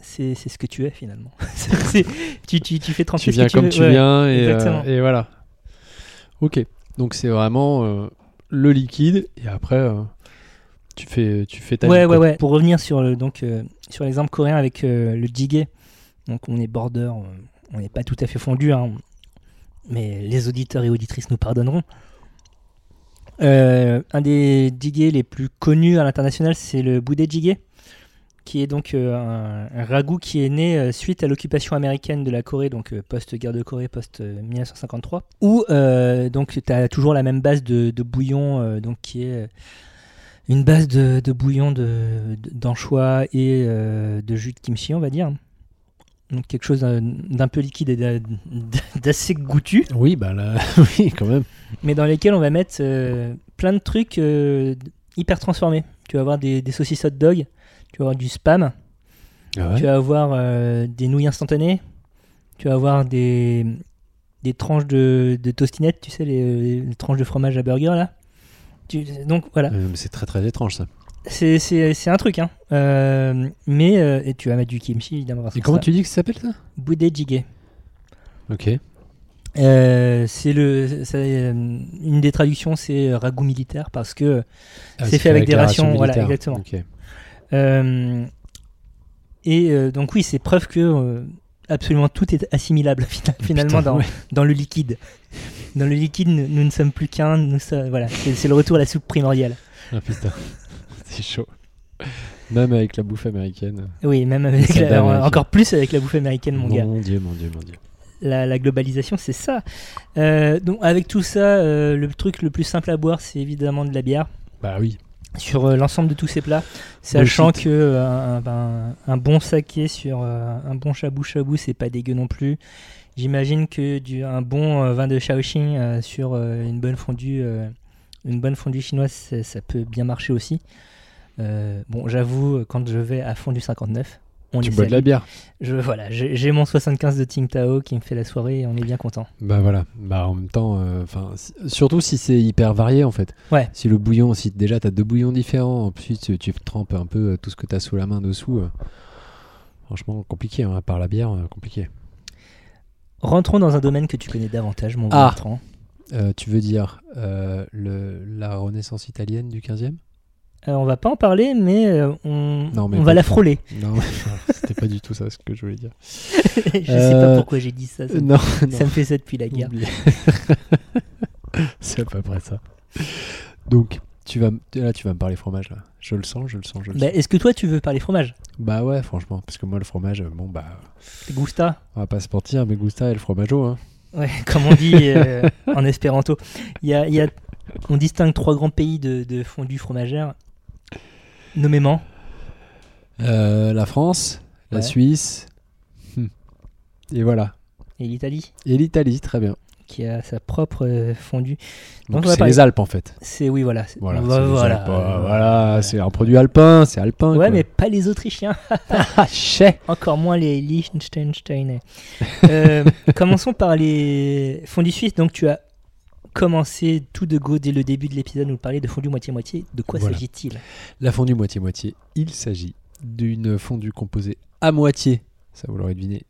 [SPEAKER 2] c'est c'est ce que tu es finalement. C'est- c'est- tu, tu, tu fais tremper.
[SPEAKER 1] Tu
[SPEAKER 2] ce que
[SPEAKER 1] viens comme
[SPEAKER 2] veux,
[SPEAKER 1] tu
[SPEAKER 2] ouais.
[SPEAKER 1] viens et, euh,
[SPEAKER 2] exactement.
[SPEAKER 1] et voilà. Ok. Donc c'est vraiment euh, le liquide et après euh, tu fais tu fais ta
[SPEAKER 2] Ouais,
[SPEAKER 1] vie,
[SPEAKER 2] ouais,
[SPEAKER 1] quoi.
[SPEAKER 2] ouais. Pour revenir sur le donc euh, sur l'exemple coréen avec euh, le jjigae, donc on est border, on- on n'est pas tout à fait fondu, hein, mais les auditeurs et auditrices nous pardonneront. Euh, un des jjigae les plus connus à l'international, c'est le boudet jjigae, qui est donc euh, un, un ragoût qui est né euh, suite à l'occupation américaine de la Corée, donc euh, post-guerre de Corée, euh, post-1953, où euh, donc tu as toujours la même base de, de bouillon, euh, donc qui est euh, une base de, de bouillon de- de- d'anchois et euh, de jus de kimchi, on va dire. Donc quelque chose d'un- d'un peu liquide et d'a- d'assez goûtu
[SPEAKER 1] Oui, bah là, oui, quand même.
[SPEAKER 2] mais dans lesquels on va mettre euh, plein de trucs euh, hyper transformés. Tu vas avoir des, des saucisses hot dog, tu vas avoir du spam,
[SPEAKER 1] Ah ouais.
[SPEAKER 2] tu vas avoir euh, des nouilles instantanées, tu vas avoir des, des tranches de, de tostinettes, tu sais, les, les tranches de fromage à burger là. Tu- donc voilà,
[SPEAKER 1] Euh, mais c'est très très étrange ça.
[SPEAKER 2] c'est- c'est c'est un truc. Hein. Euh, mais euh, et tu vas mettre du kimchi évidemment. parce
[SPEAKER 1] Et
[SPEAKER 2] que
[SPEAKER 1] comment
[SPEAKER 2] ça-
[SPEAKER 1] tu dis que ça s'appelle ça
[SPEAKER 2] Boudé jjigae.
[SPEAKER 1] Ok.
[SPEAKER 2] Euh, c'est le, ça, euh, une des traductions, c'est euh, ragoût militaire parce que
[SPEAKER 1] Ah,
[SPEAKER 2] fait avec des rations, voilà,
[SPEAKER 1] militaires.
[SPEAKER 2] exactement.
[SPEAKER 1] Ok.
[SPEAKER 2] Euh, et euh, donc oui, c'est preuve que euh, absolument tout est assimilable fina- finalement
[SPEAKER 1] Putain,
[SPEAKER 2] dans,
[SPEAKER 1] ouais.
[SPEAKER 2] dans le liquide. Dans le liquide, nous, nous ne sommes plus qu'un. Nous sommes- voilà, c'est c'est le retour à la soupe primordiale.
[SPEAKER 1] Ah putain, c'est chaud. Même avec la bouffe américaine.
[SPEAKER 2] Oui, même avec
[SPEAKER 1] C'est
[SPEAKER 2] la-
[SPEAKER 1] dingue,
[SPEAKER 2] en-
[SPEAKER 1] ça.
[SPEAKER 2] encore plus avec la bouffe américaine, mon gars.
[SPEAKER 1] dieu, mon dieu, mon dieu.
[SPEAKER 2] La, la globalisation, c'est ça. Euh, donc avec tout ça, euh, le truc le plus simple à boire, c'est évidemment de la bière.
[SPEAKER 1] Bah oui.
[SPEAKER 2] sur euh, l'ensemble de tous ces plats,
[SPEAKER 1] Bullshit.
[SPEAKER 2] sachant que euh, un, un- ben, un bon saké sur euh, un bon shabu shabu, c'est pas dégueu non plus. J'imagine que du, un bon euh, vin de Shaoxing euh, sur euh, une bonne fondue, euh, une bonne fondue chinoise, ça, ça peut bien marcher aussi. Euh, bon, j'avoue, quand je vais à Fondue 59, on
[SPEAKER 1] tu
[SPEAKER 2] est
[SPEAKER 1] bois de la bière.
[SPEAKER 2] Je voilà, j'ai j'ai mon 75 de Ting Tao qui me fait la soirée et on est bien content.
[SPEAKER 1] Bah voilà. Bah en même temps, euh, enfin, si- surtout si c'est hyper varié en fait.
[SPEAKER 2] Ouais.
[SPEAKER 1] Si le bouillon, si déjà t'as deux bouillons différents, ensuite tu, tu trempes un peu euh, tout ce que t'as sous la main dessous. euh, franchement, compliqué. hein, à part la bière, euh, compliqué.
[SPEAKER 2] Rentrons dans un domaine que tu connais davantage, mon
[SPEAKER 1] Ah.
[SPEAKER 2] bon Bertrand.
[SPEAKER 1] Euh, tu veux dire euh, le, la Renaissance italienne du 15e
[SPEAKER 2] Euh, on va pas en parler, mais euh, on,
[SPEAKER 1] Non, mais
[SPEAKER 2] on va
[SPEAKER 1] pas-
[SPEAKER 2] la frôler.
[SPEAKER 1] Non, c'était pas du tout ça ce que je voulais dire.
[SPEAKER 2] je sais
[SPEAKER 1] Euh,
[SPEAKER 2] pas pourquoi j'ai dit ça. Ça,
[SPEAKER 1] non,
[SPEAKER 2] ça me fait ça depuis la guerre.
[SPEAKER 1] Oublié. c'est à peu près ça. Donc, tu vas, m- là, tu vas me parler fromage, là. Je le sens, je le sens, je le
[SPEAKER 2] Bah,
[SPEAKER 1] sens.
[SPEAKER 2] Est-ce que toi, tu veux parler fromage
[SPEAKER 1] Bah ouais, franchement, parce que moi, le fromage, euh, bon, bah,
[SPEAKER 2] Gusta
[SPEAKER 1] on va pas se mentir, mais Gusta et le fromageau, hein.
[SPEAKER 2] Ouais, comme on dit euh, en espéranto. Il y a- il y a- on distingue trois grands pays de, de fondue fromagère, nommément
[SPEAKER 1] Euh, la France, la
[SPEAKER 2] Ouais.
[SPEAKER 1] Suisse, hmm. et voilà.
[SPEAKER 2] et l'Italie,
[SPEAKER 1] Et l'Italie, très bien.
[SPEAKER 2] qui a sa propre euh, fondue. Donc,
[SPEAKER 1] Donc,
[SPEAKER 2] on va
[SPEAKER 1] c'est
[SPEAKER 2] parler-
[SPEAKER 1] les Alpes, en fait.
[SPEAKER 2] C'est oui, voilà. c'est-
[SPEAKER 1] Voilà,
[SPEAKER 2] on
[SPEAKER 1] c'est
[SPEAKER 2] va-
[SPEAKER 1] les
[SPEAKER 2] voilà.
[SPEAKER 1] Alpes, euh, voilà, c'est un produit alpin, c'est alpin.
[SPEAKER 2] Ouais,
[SPEAKER 1] quoi.
[SPEAKER 2] mais pas les Autrichiens.
[SPEAKER 1] Ah, chais
[SPEAKER 2] Encore moins les Liechtensteinais. Euh, commençons par les fondus suisses. Donc, tu as commencé tout de go dès le début de l'épisode, nous parler de fondue moitié-moitié. De quoi
[SPEAKER 1] Voilà.
[SPEAKER 2] s'agit-il
[SPEAKER 1] La fondue moitié-moitié, il s'agit d'une fondue composée à moitié, ça vous l'aurez deviné,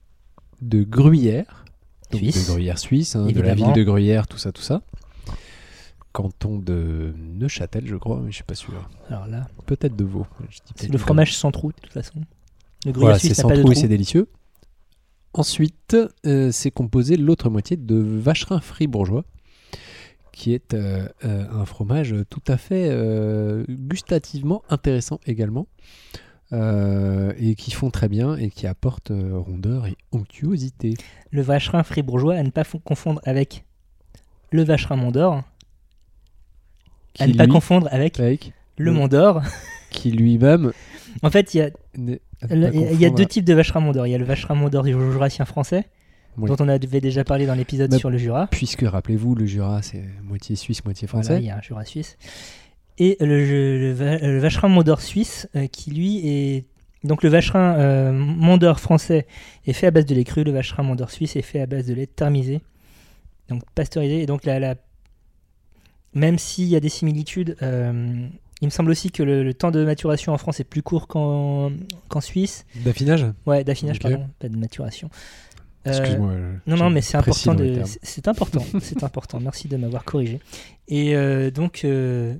[SPEAKER 1] de gruyère, donc
[SPEAKER 2] Suisse.
[SPEAKER 1] de gruyère suisse, hein, de la
[SPEAKER 2] Évidemment.
[SPEAKER 1] ville de Gruyère, tout ça, tout ça. Canton de Neuchâtel, je crois, mais je suis pas sûr.
[SPEAKER 2] Alors là,
[SPEAKER 1] Peut-être de Vaud. je dis
[SPEAKER 2] c'est
[SPEAKER 1] peut-être
[SPEAKER 2] le
[SPEAKER 1] une
[SPEAKER 2] fromage sans trou, de toute façon. Le gruyère
[SPEAKER 1] voilà, c'est
[SPEAKER 2] suisse n'a
[SPEAKER 1] sans
[SPEAKER 2] pas de
[SPEAKER 1] trou
[SPEAKER 2] trou.
[SPEAKER 1] et c'est délicieux. Ensuite, euh, c'est composé l'autre moitié de vacherin fribourgeois, qui est euh, euh, un fromage tout à fait euh, gustativement intéressant également, euh, et qui font très bien et qui apporte euh, rondeur et onctuosité.
[SPEAKER 2] Le vacherin fribourgeois à ne pas fou- confondre avec le vacherin mondor, à
[SPEAKER 1] Qui,
[SPEAKER 2] ne pas
[SPEAKER 1] lui-
[SPEAKER 2] confondre avec
[SPEAKER 1] avec-
[SPEAKER 2] le mondor.
[SPEAKER 1] qui lui-même.
[SPEAKER 2] En fait, il y a,
[SPEAKER 1] n'est- à ne
[SPEAKER 2] là,
[SPEAKER 1] pas
[SPEAKER 2] il y a- il y a
[SPEAKER 1] confondre
[SPEAKER 2] deux types de vacherin mondor. Il y a le vacherin mondor du jurassien français,
[SPEAKER 1] Oui.
[SPEAKER 2] dont on avait déjà parlé dans l'épisode
[SPEAKER 1] Mais-
[SPEAKER 2] sur le Jura.
[SPEAKER 1] Puisque, rappelez-vous, le Jura, c'est moitié suisse, moitié
[SPEAKER 2] Voilà,
[SPEAKER 1] français.
[SPEAKER 2] Ah bah il y a un Jura suisse. Et le, le, va- le vacherin mondor suisse, euh, qui lui est. Donc le vacherin euh, mondor français est fait à base de lait cru, le vacherin mondor suisse est fait à base de lait thermisé, donc pasteurisé. Et donc la, la- même s'il y a des similitudes, euh, il me semble aussi que le, le temps de maturation en France est plus court qu'en qu'en Suisse.
[SPEAKER 1] D'affinage
[SPEAKER 2] Ouais, d'affinage,
[SPEAKER 1] Ok.
[SPEAKER 2] pardon, pas de maturation. Euh,
[SPEAKER 1] Excuse-moi.
[SPEAKER 2] non, non, mais c'est important. De...
[SPEAKER 1] de
[SPEAKER 2] c'est- C'est important. c'est important. Merci de m'avoir corrigé. Et euh, donc, euh,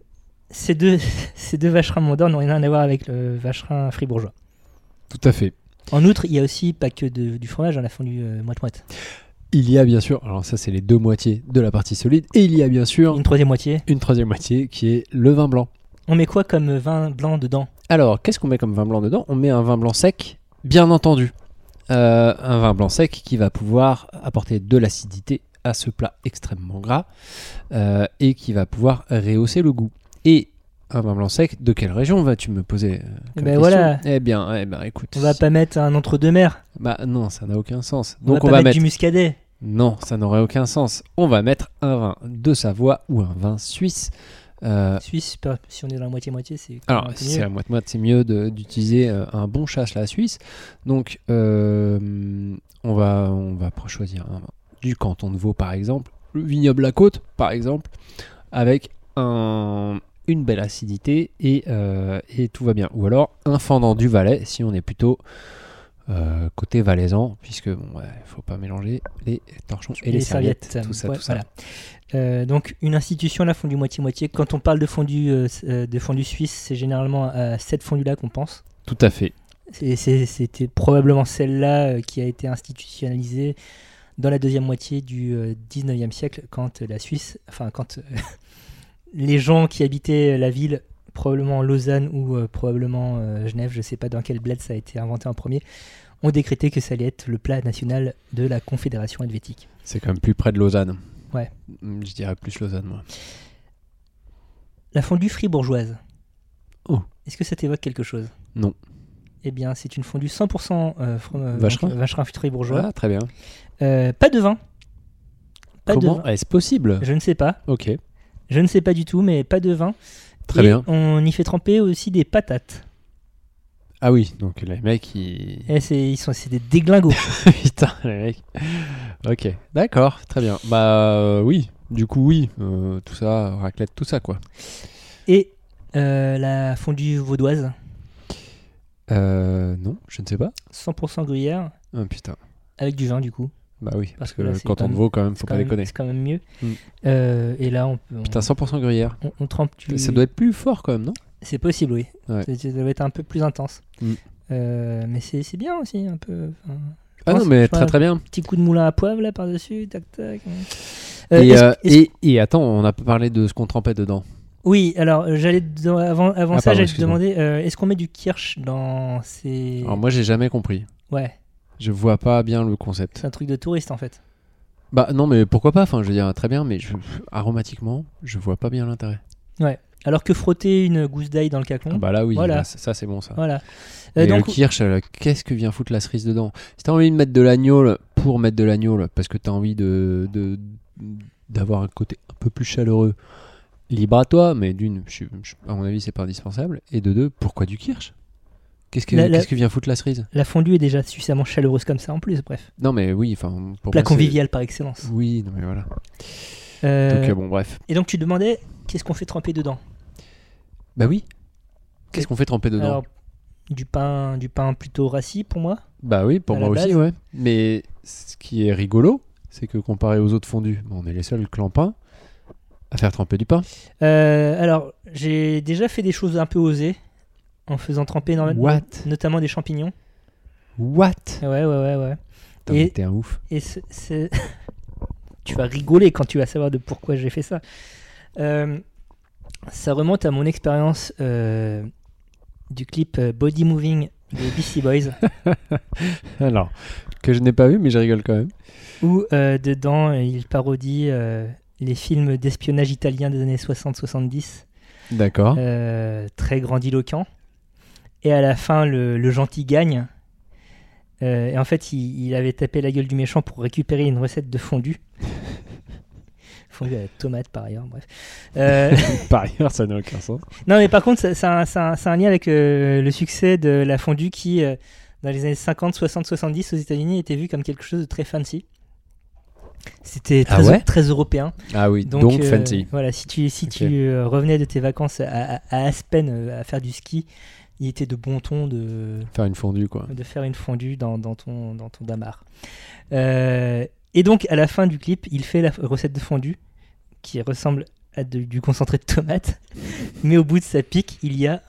[SPEAKER 2] ces deux, ces deux vacherins mondeurs n'ont rien à voir avec le vacherin fribourgeois.
[SPEAKER 1] Tout à fait.
[SPEAKER 2] En outre, il y a aussi pas que de- du fromage dans la fondue euh, moite-moite.
[SPEAKER 1] Il y a bien sûr, alors ça c'est les deux moitiés de la partie solide, et il y a bien sûr
[SPEAKER 2] Une troisième moitié.
[SPEAKER 1] une troisième moitié qui est le vin blanc.
[SPEAKER 2] On met quoi comme vin blanc dedans
[SPEAKER 1] Alors, qu'est-ce qu'on met comme vin blanc dedans On met un vin blanc sec, bien entendu. Euh, un vin blanc sec qui va pouvoir apporter de l'acidité à ce plat extrêmement gras euh, et qui va pouvoir rehausser le goût. Et un vin blanc sec, de quelle région vas-tu me poser euh,
[SPEAKER 2] Eh
[SPEAKER 1] comme question
[SPEAKER 2] ben voilà.
[SPEAKER 1] Eh bien, eh ben, écoute.
[SPEAKER 2] On va pas mettre un entre-deux-mer.
[SPEAKER 1] Bah non, ça n'a aucun sens.
[SPEAKER 2] On
[SPEAKER 1] Donc
[SPEAKER 2] va pas mettre du muscadet.
[SPEAKER 1] Non, ça n'aurait aucun sens. On va mettre un vin de Savoie ou un vin suisse. Euh,
[SPEAKER 2] Suisse, pas- si on est dans la moitié-moitié, c'est. quand
[SPEAKER 1] alors,
[SPEAKER 2] même un peu
[SPEAKER 1] si c'est
[SPEAKER 2] mieux.
[SPEAKER 1] la moite-moite, c'est mieux de- d'utiliser euh, un bon chasse la Suisse. Donc, euh, on, va, on va pro- choisir un vin du canton de Vaud, par exemple, le vignoble La Côte, par exemple, avec un- une belle acidité et, euh, et tout va bien. Ou alors un fendant du Valais, si on est plutôt euh, côté valaisan, puisque bon, ouais, faut pas mélanger les torchons et, les, serviettes, tout ça,
[SPEAKER 2] ouais,
[SPEAKER 1] tout ça.
[SPEAKER 2] voilà. Euh, donc une institution la fondue moitié moitié. Quand on parle de fondue euh, s- euh, de fondue suisse, c'est généralement à cette fondue là qu'on pense.
[SPEAKER 1] Tout à fait.
[SPEAKER 2] C'est- c'est- C'était probablement celle-là euh, qui a été institutionnalisée dans la deuxième moitié du euh, 19e siècle, quand euh, la Suisse, enfin quand euh, les gens qui habitaient euh, la ville, probablement Lausanne ou euh, probablement euh, Genève, je sais pas dans quel bled ça a été inventé en premier, ont décrété que ça allait être le plat national de la Confédération helvétique.
[SPEAKER 1] C'est quand même plus près de Lausanne.
[SPEAKER 2] Ouais.
[SPEAKER 1] Mm, Je dirais plus Lausanne, moi.
[SPEAKER 2] La fondue fribourgeoise.
[SPEAKER 1] Oh.
[SPEAKER 2] Est-ce que ça t'évoque quelque chose
[SPEAKER 1] Non.
[SPEAKER 2] Eh bien, c'est une fondue 100% euh, from- euh,
[SPEAKER 1] Vacherin
[SPEAKER 2] donc, euh, vacherin fribourgeois.
[SPEAKER 1] Ah, très bien.
[SPEAKER 2] Euh, pas de vin. Pas de
[SPEAKER 1] Comment
[SPEAKER 2] vin.
[SPEAKER 1] est-ce possible
[SPEAKER 2] Je ne sais pas.
[SPEAKER 1] Ok,
[SPEAKER 2] Je ne sais pas du tout, mais pas de vin.
[SPEAKER 1] très
[SPEAKER 2] Et
[SPEAKER 1] bien.
[SPEAKER 2] On y fait tremper aussi des patates.
[SPEAKER 1] Ah oui, donc les mecs, ils...
[SPEAKER 2] Eh, c'est, ils sont, c'est des déglingos.
[SPEAKER 1] Putain, les mecs. Ok, d'accord, très bien. Bah euh, oui, du coup oui, Euh, tout ça, raclette, tout ça quoi.
[SPEAKER 2] Et euh, la fondue vaudoise,
[SPEAKER 1] Euh, non, je ne sais pas.
[SPEAKER 2] 100% gruyère,
[SPEAKER 1] Ah, putain,
[SPEAKER 2] avec du vin du coup.
[SPEAKER 1] bah oui, parce,
[SPEAKER 2] Parce
[SPEAKER 1] que,
[SPEAKER 2] que là,
[SPEAKER 1] le
[SPEAKER 2] c'est
[SPEAKER 1] canton
[SPEAKER 2] quand
[SPEAKER 1] de
[SPEAKER 2] même-
[SPEAKER 1] Vaud quand même,
[SPEAKER 2] C'est
[SPEAKER 1] faut
[SPEAKER 2] quand
[SPEAKER 1] pas
[SPEAKER 2] même-
[SPEAKER 1] déconner.
[SPEAKER 2] C'est quand même mieux.
[SPEAKER 1] Mm.
[SPEAKER 2] Euh, et là, on, peut- on-
[SPEAKER 1] Putain, 100% gruyère.
[SPEAKER 2] on- on trempe du...
[SPEAKER 1] Ça doit être plus fort quand même, non
[SPEAKER 2] C'est possible, oui.
[SPEAKER 1] Ouais.
[SPEAKER 2] C'est- Ça doit être un peu plus intense.
[SPEAKER 1] Mm.
[SPEAKER 2] Euh, mais c'est c'est bien aussi, un peu. enfin,
[SPEAKER 1] Ah non,
[SPEAKER 2] pense-
[SPEAKER 1] mais
[SPEAKER 2] je
[SPEAKER 1] très
[SPEAKER 2] pense-
[SPEAKER 1] très bien.
[SPEAKER 2] petit coup de moulin à poivre là par-dessus, tac tac. Euh,
[SPEAKER 1] et,
[SPEAKER 2] est-ce-
[SPEAKER 1] euh,
[SPEAKER 2] est-ce-
[SPEAKER 1] et, et attends, on a parlé de ce qu'on trempait dedans.
[SPEAKER 2] Oui, alors euh, j'allais te dem- avant, avant
[SPEAKER 1] Ah,
[SPEAKER 2] ça,
[SPEAKER 1] pardon,
[SPEAKER 2] j'allais te
[SPEAKER 1] excuse-moi.
[SPEAKER 2] demander euh, est-ce qu'on met du kirsch dans ces.
[SPEAKER 1] Alors moi j'ai jamais compris.
[SPEAKER 2] Ouais,
[SPEAKER 1] Je vois pas bien le concept.
[SPEAKER 2] c'est un truc de touriste en fait.
[SPEAKER 1] Bah non, mais pourquoi pas Enfin, je veux dire, très bien, mais je- aromatiquement, je vois pas bien l'intérêt.
[SPEAKER 2] Alors que frotter une gousse d'ail dans le caclon.
[SPEAKER 1] Ah bah là, oui,
[SPEAKER 2] Hein Voilà.
[SPEAKER 1] là, ça, ça, c'est bon ça.
[SPEAKER 2] Voilà. Euh,
[SPEAKER 1] Mais
[SPEAKER 2] donc,
[SPEAKER 1] le kirsch, euh, qu'est-ce que vient foutre la cerise dedans Si t'as envie de mettre de l'agneau là, pour mettre de l'agneau, là, parce que t'as envie de de- d'avoir un côté un peu plus chaleureux, libre à toi, mais d'une, je suis- je- à mon avis, c'est pas indispensable. Et de deux, pourquoi du kirsch Qu'est-ce que,
[SPEAKER 2] La- la-
[SPEAKER 1] qu'est-ce que vient foutre la cerise
[SPEAKER 2] la fondue est déjà suffisamment chaleureuse comme ça en plus, bref.
[SPEAKER 1] Non, mais oui, enfin. pour
[SPEAKER 2] Plat
[SPEAKER 1] moi, c'est-
[SPEAKER 2] convivial par excellence.
[SPEAKER 1] Oui, non, mais voilà.
[SPEAKER 2] Euh,
[SPEAKER 1] Donc, euh, bon, bref.
[SPEAKER 2] Et donc tu demandais qu'est-ce qu'on fait tremper dedans
[SPEAKER 1] Bah oui. Qu'est-ce qu'on fait tremper dedans
[SPEAKER 2] Alors, du pain, du pain plutôt rassis pour moi.
[SPEAKER 1] Bah oui, pour
[SPEAKER 2] à
[SPEAKER 1] moi
[SPEAKER 2] la
[SPEAKER 1] aussi,
[SPEAKER 2] base.
[SPEAKER 1] ouais. Mais ce qui est rigolo, c'est que comparé aux autres fondus, on est les seuls clampins à faire tremper du pain.
[SPEAKER 2] Euh, alors, j'ai déjà fait des choses un peu osées en faisant tremper énormément,
[SPEAKER 1] What
[SPEAKER 2] notamment des champignons.
[SPEAKER 1] What
[SPEAKER 2] Ouais, ouais, ouais, ouais.
[SPEAKER 1] Putain,
[SPEAKER 2] Et-
[SPEAKER 1] mais t'es un ouf.
[SPEAKER 2] Et ce- ce- tu vas rigoler quand tu vas savoir de pourquoi j'ai fait ça. Euh, ça remonte à mon expérience euh, du clip euh, Body Moving des BC Boys,
[SPEAKER 1] Alors, que je n'ai pas vu, mais je rigole quand même.
[SPEAKER 2] où euh, dedans euh, ils parodient euh, les films d'espionnage italien des années 60-70,
[SPEAKER 1] D'accord.
[SPEAKER 2] euh, très grandiloquent. Et à la fin, le, le gentil gagne. Euh, et en fait, il, il avait tapé la gueule du méchant pour récupérer une recette de fondue. fondue à la tomate, par ailleurs, bref. Euh,
[SPEAKER 1] Par ailleurs, ça n'a aucun sens.
[SPEAKER 2] non, mais par contre, ça- ça a un- ça a un- ça a un lien avec euh, le succès de la fondue qui, euh, dans les années 50, 60, 70 aux États-Unis, était vue comme quelque chose de très fancy. C'était
[SPEAKER 1] Ah
[SPEAKER 2] très,
[SPEAKER 1] ouais
[SPEAKER 2] très européen.
[SPEAKER 1] Ah oui, donc,
[SPEAKER 2] euh,
[SPEAKER 1] fancy.
[SPEAKER 2] Voilà, si tu, si
[SPEAKER 1] Ok.
[SPEAKER 2] tu euh, revenais de tes vacances à, à- à Aspen euh, à faire du ski, il était de bon ton de,
[SPEAKER 1] Faire une fondue, quoi.
[SPEAKER 2] de faire une fondue dans, dans ton, dans ton damar. Euh, et donc, à la fin du clip, il fait la f- recette de fondue qui ressemble à de- du concentré de tomate, mais au bout de sa pique, il y a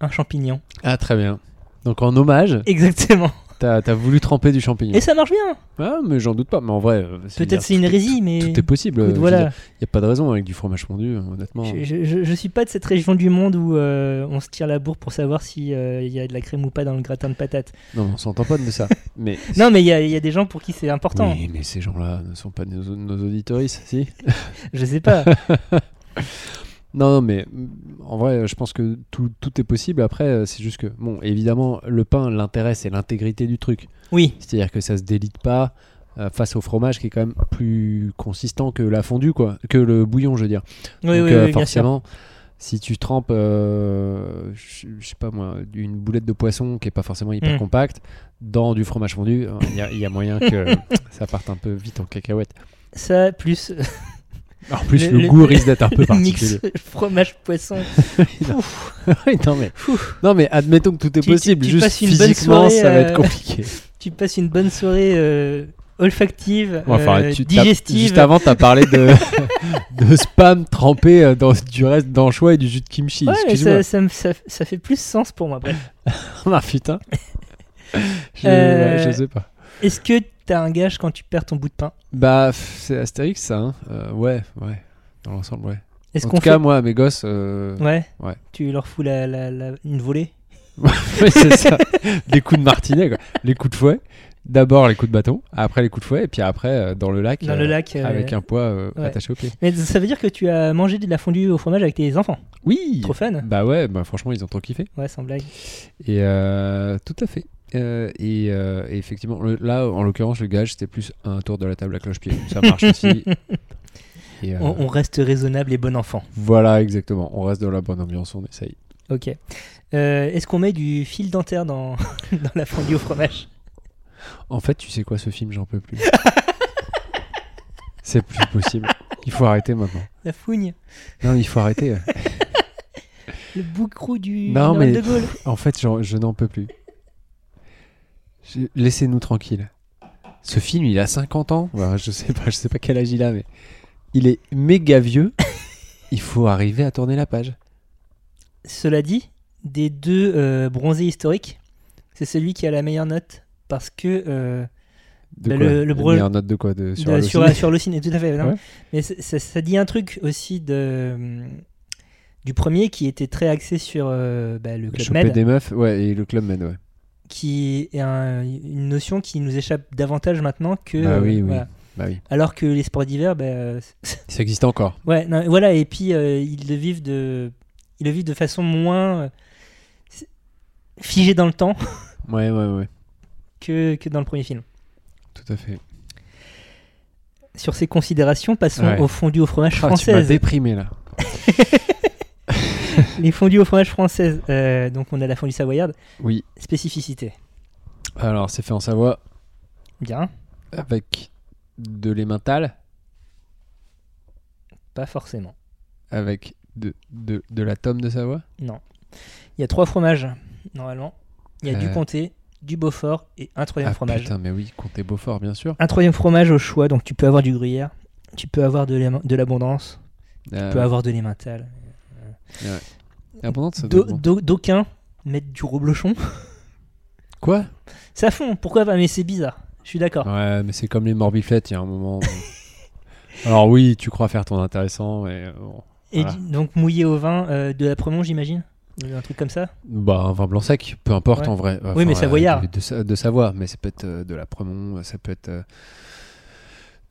[SPEAKER 2] un champignon.
[SPEAKER 1] Ah, très bien. Donc, en hommage,
[SPEAKER 2] Exactement.
[SPEAKER 1] t'as as voulu tremper du champignon.
[SPEAKER 2] Et ça marche bien.
[SPEAKER 1] Ah, mais j'en doute pas. Mais en vrai, euh, c'est-
[SPEAKER 2] Peut-être c'est une hérésie, mais.
[SPEAKER 1] tout est possible.
[SPEAKER 2] écoute,
[SPEAKER 1] euh, je veux
[SPEAKER 2] voilà.
[SPEAKER 1] Il n'y a pas de raison avec du fromage fondu, euh, honnêtement.
[SPEAKER 2] Je, je- je- je suis pas de cette région du monde où euh, on se tire la bourre pour savoir s'il y a de la crème ou pas dans le gratin de patates.
[SPEAKER 1] Non, on s'entend pas de ça. Mais
[SPEAKER 2] Non, mais il y, a- il y a des gens pour qui c'est important.
[SPEAKER 1] Oui, mais ces gens-là ne sont pas nos, nos auditoristes, si
[SPEAKER 2] Je sais pas.
[SPEAKER 1] Non, non, mais mm, en vrai, je pense que tout, tout est possible. Après, euh, c'est juste que, bon, évidemment, le pain, l'intérêt, c'est l'intégrité du truc.
[SPEAKER 2] Oui,
[SPEAKER 1] C'est-à-dire que ça se délite pas euh, face au fromage qui est quand même plus consistant que la fondue, quoi, que le bouillon, je veux dire.
[SPEAKER 2] oui,
[SPEAKER 1] Donc,
[SPEAKER 2] oui,
[SPEAKER 1] euh,
[SPEAKER 2] oui, bien sûr.
[SPEAKER 1] forcément, si tu trempes, euh, je je sais pas moi, une boulette de poisson qui est pas forcément hyper
[SPEAKER 2] Mm.
[SPEAKER 1] compacte dans du fromage fondu, euh, il y, a- il y a moyen que ça parte un peu vite en cacahuète.
[SPEAKER 2] Ça, plus
[SPEAKER 1] En plus, le,
[SPEAKER 2] Le- le-
[SPEAKER 1] goût risque d'être un peu
[SPEAKER 2] le mix
[SPEAKER 1] particulier.
[SPEAKER 2] fromage-poisson.
[SPEAKER 1] Oui, non, mais, non, mais admettons que tout est
[SPEAKER 2] Tu- tu-
[SPEAKER 1] possible.
[SPEAKER 2] tu
[SPEAKER 1] Juste
[SPEAKER 2] passes une bonne
[SPEAKER 1] physiquement,
[SPEAKER 2] soirée,
[SPEAKER 1] ça va
[SPEAKER 2] euh,
[SPEAKER 1] être compliqué.
[SPEAKER 2] tu passes une bonne soirée euh, olfactive,
[SPEAKER 1] Bon, enfin,
[SPEAKER 2] euh,
[SPEAKER 1] tu- t'as-
[SPEAKER 2] digestive.
[SPEAKER 1] Juste avant, tu as parlé de, de spam trempé euh, dans du reste d'anchois et du jus de kimchi.
[SPEAKER 2] Ouais, mais
[SPEAKER 1] Excuse-moi.
[SPEAKER 2] ça, ça, me- ça- ça fait plus sens pour moi. Bref.
[SPEAKER 1] Ah, putain. Je,
[SPEAKER 2] Euh,
[SPEAKER 1] ouais, je sais pas.
[SPEAKER 2] Est-ce que t'as un gage quand tu perds ton bout de pain
[SPEAKER 1] Bah, pff, c'est Astérix, ça. hein. Euh, ouais, ouais. Dans l'ensemble, ouais.
[SPEAKER 2] Est-ce
[SPEAKER 1] en
[SPEAKER 2] qu'on
[SPEAKER 1] tout
[SPEAKER 2] fait...
[SPEAKER 1] cas, moi, à mes gosses, euh,
[SPEAKER 2] Ouais.
[SPEAKER 1] Ouais.
[SPEAKER 2] Tu leur fous la, la- la- une volée
[SPEAKER 1] ouais, c'est ça. Les coups de martinet, quoi. Les coups de fouet. D'abord les coups de bâton, après les coups de fouet, et puis après euh, dans le lac.
[SPEAKER 2] dans
[SPEAKER 1] euh,
[SPEAKER 2] le lac. euh,
[SPEAKER 1] Avec un poids euh,
[SPEAKER 2] ouais.
[SPEAKER 1] attaché au pied.
[SPEAKER 2] Mais ça veut dire que tu as mangé de la fondue au fromage avec tes enfants.
[SPEAKER 1] Oui
[SPEAKER 2] Trop fun.
[SPEAKER 1] Bah ouais, bah franchement, ils ont trop kiffé.
[SPEAKER 2] Ouais, sans blague.
[SPEAKER 1] Et euh, tout à fait. Euh, et, euh, et effectivement, le- là, en l'occurrence, le gage, c'était plus un tour de la table à cloche-pied. Ça marche aussi. Et, euh,
[SPEAKER 2] On, on reste raisonnable et bon enfant.
[SPEAKER 1] Voilà, exactement. On reste dans la bonne ambiance, on essaye.
[SPEAKER 2] Ok. Euh, Est-ce qu'on met du fil dentaire dans, dans la fondue au fromage
[SPEAKER 1] En fait, tu sais quoi, ce film, j'en peux plus. C'est plus possible. Il faut arrêter maintenant.
[SPEAKER 2] La fougne
[SPEAKER 1] Non, il faut arrêter.
[SPEAKER 2] Le boucrou du
[SPEAKER 1] Non,
[SPEAKER 2] général
[SPEAKER 1] mais-
[SPEAKER 2] de Gaulle
[SPEAKER 1] En fait, j'en- je n'en peux plus. Je- Laissez-nous tranquille. Ce film, il a 50 ans. Bah, je sais pas, je sais pas quel âge il a, mais il est méga vieux. Il faut arriver à tourner la page.
[SPEAKER 2] Cela dit, des deux euh, bronzés historiques, c'est celui qui a la meilleure note. Parce que euh,
[SPEAKER 1] De
[SPEAKER 2] Bah,
[SPEAKER 1] quoi
[SPEAKER 2] le- le
[SPEAKER 1] Il
[SPEAKER 2] bro-
[SPEAKER 1] a mis en note de quoi de, sur,
[SPEAKER 2] de-
[SPEAKER 1] le
[SPEAKER 2] sur,
[SPEAKER 1] ciné
[SPEAKER 2] sur le ciné, tout à fait. non.
[SPEAKER 1] Ouais.
[SPEAKER 2] Mais c- ça, ça dit un truc aussi de, du premier qui était très axé sur euh, bah, le Club
[SPEAKER 1] Choper
[SPEAKER 2] Med.
[SPEAKER 1] des meufs, ouais, et le club med, ouais.
[SPEAKER 2] qui est un- une notion qui nous échappe davantage maintenant que.
[SPEAKER 1] Bah oui, oui.
[SPEAKER 2] voilà.
[SPEAKER 1] Bah oui,
[SPEAKER 2] Alors que les sports d'hiver, bah, euh, c'est-
[SPEAKER 1] ça existe encore.
[SPEAKER 2] ouais, non, voilà, et puis euh, ils le vivent de, ils le vivent de façon moins euh, c'est- figée dans le temps
[SPEAKER 1] Ouais, ouais, ouais,
[SPEAKER 2] que, que dans le premier film.
[SPEAKER 1] tout à fait. Ah,
[SPEAKER 2] Sur ces considérations, passons
[SPEAKER 1] Ouais.
[SPEAKER 2] aux fondues au fromage
[SPEAKER 1] Ah, tu m'as
[SPEAKER 2] françaises.
[SPEAKER 1] déprimé là.
[SPEAKER 2] les fondues au fromage françaises. euh, donc on a la fondue savoyarde.
[SPEAKER 1] Oui,
[SPEAKER 2] Spécificité.
[SPEAKER 1] alors c'est fait en Savoie
[SPEAKER 2] Bien.
[SPEAKER 1] avec de l'emmental,
[SPEAKER 2] Pas forcément.
[SPEAKER 1] avec de, de, de la tome de Savoie.
[SPEAKER 2] Il y a trois fromages normalement. Il y a du
[SPEAKER 1] Euh.
[SPEAKER 2] comté, du Beaufort et un troisième
[SPEAKER 1] Ah,
[SPEAKER 2] fromage.
[SPEAKER 1] putain, mais oui, comptez Beaufort, bien sûr.
[SPEAKER 2] Un troisième fromage au choix, donc tu peux avoir du gruyère, tu peux avoir de l'am- de l'abondance,
[SPEAKER 1] Euh,
[SPEAKER 2] tu peux avoir de l'emmental.
[SPEAKER 1] abondante, ça doit
[SPEAKER 2] D'au-
[SPEAKER 1] être bon.
[SPEAKER 2] d'au- D'aucuns mettent du reblochon.
[SPEAKER 1] Quoi
[SPEAKER 2] Ça fond, pourquoi pas Mais c'est bizarre. Je suis d'accord.
[SPEAKER 1] Ouais, mais c'est comme les morbiflettes, il y a un moment. bon. Alors oui, tu crois faire ton intéressant, mais euh, bon.
[SPEAKER 2] Et
[SPEAKER 1] Voilà.
[SPEAKER 2] du- donc mouillé au vin euh, de la Premont, j'imagine Ou Un truc comme ça
[SPEAKER 1] Bah, un vin blanc sec, peu importe
[SPEAKER 2] Ouais.
[SPEAKER 1] en vrai. Enfin, euh,
[SPEAKER 2] Oui, mais savoyard.
[SPEAKER 1] de- de, Sa- de Savoie, mais ça peut être euh, de la Premont, ça peut être euh,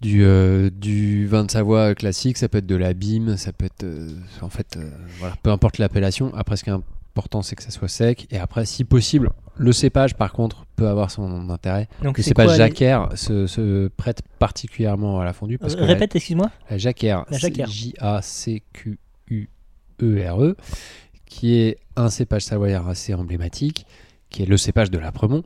[SPEAKER 1] du, euh, du vin de Savoie classique, ça peut être de l'abîme, ça peut être. euh, en fait, euh, voilà, peu importe l'appellation. Après, ce qui est important, c'est que ça soit sec. Et après, si possible, le cépage, par contre, peut avoir son intérêt.
[SPEAKER 2] Donc
[SPEAKER 1] Le
[SPEAKER 2] c'est
[SPEAKER 1] cépage
[SPEAKER 2] quoi, les- Euh,
[SPEAKER 1] jacquère se, se prête particulièrement à la fondue. Parce que la-
[SPEAKER 2] Répète, excuse-moi.
[SPEAKER 1] la Jacquère,
[SPEAKER 2] La Jacquère.
[SPEAKER 1] J-A-C-Q-U-E-R-E, E qui est un cépage savoyard assez emblématique, qui est le cépage de l'Apremont.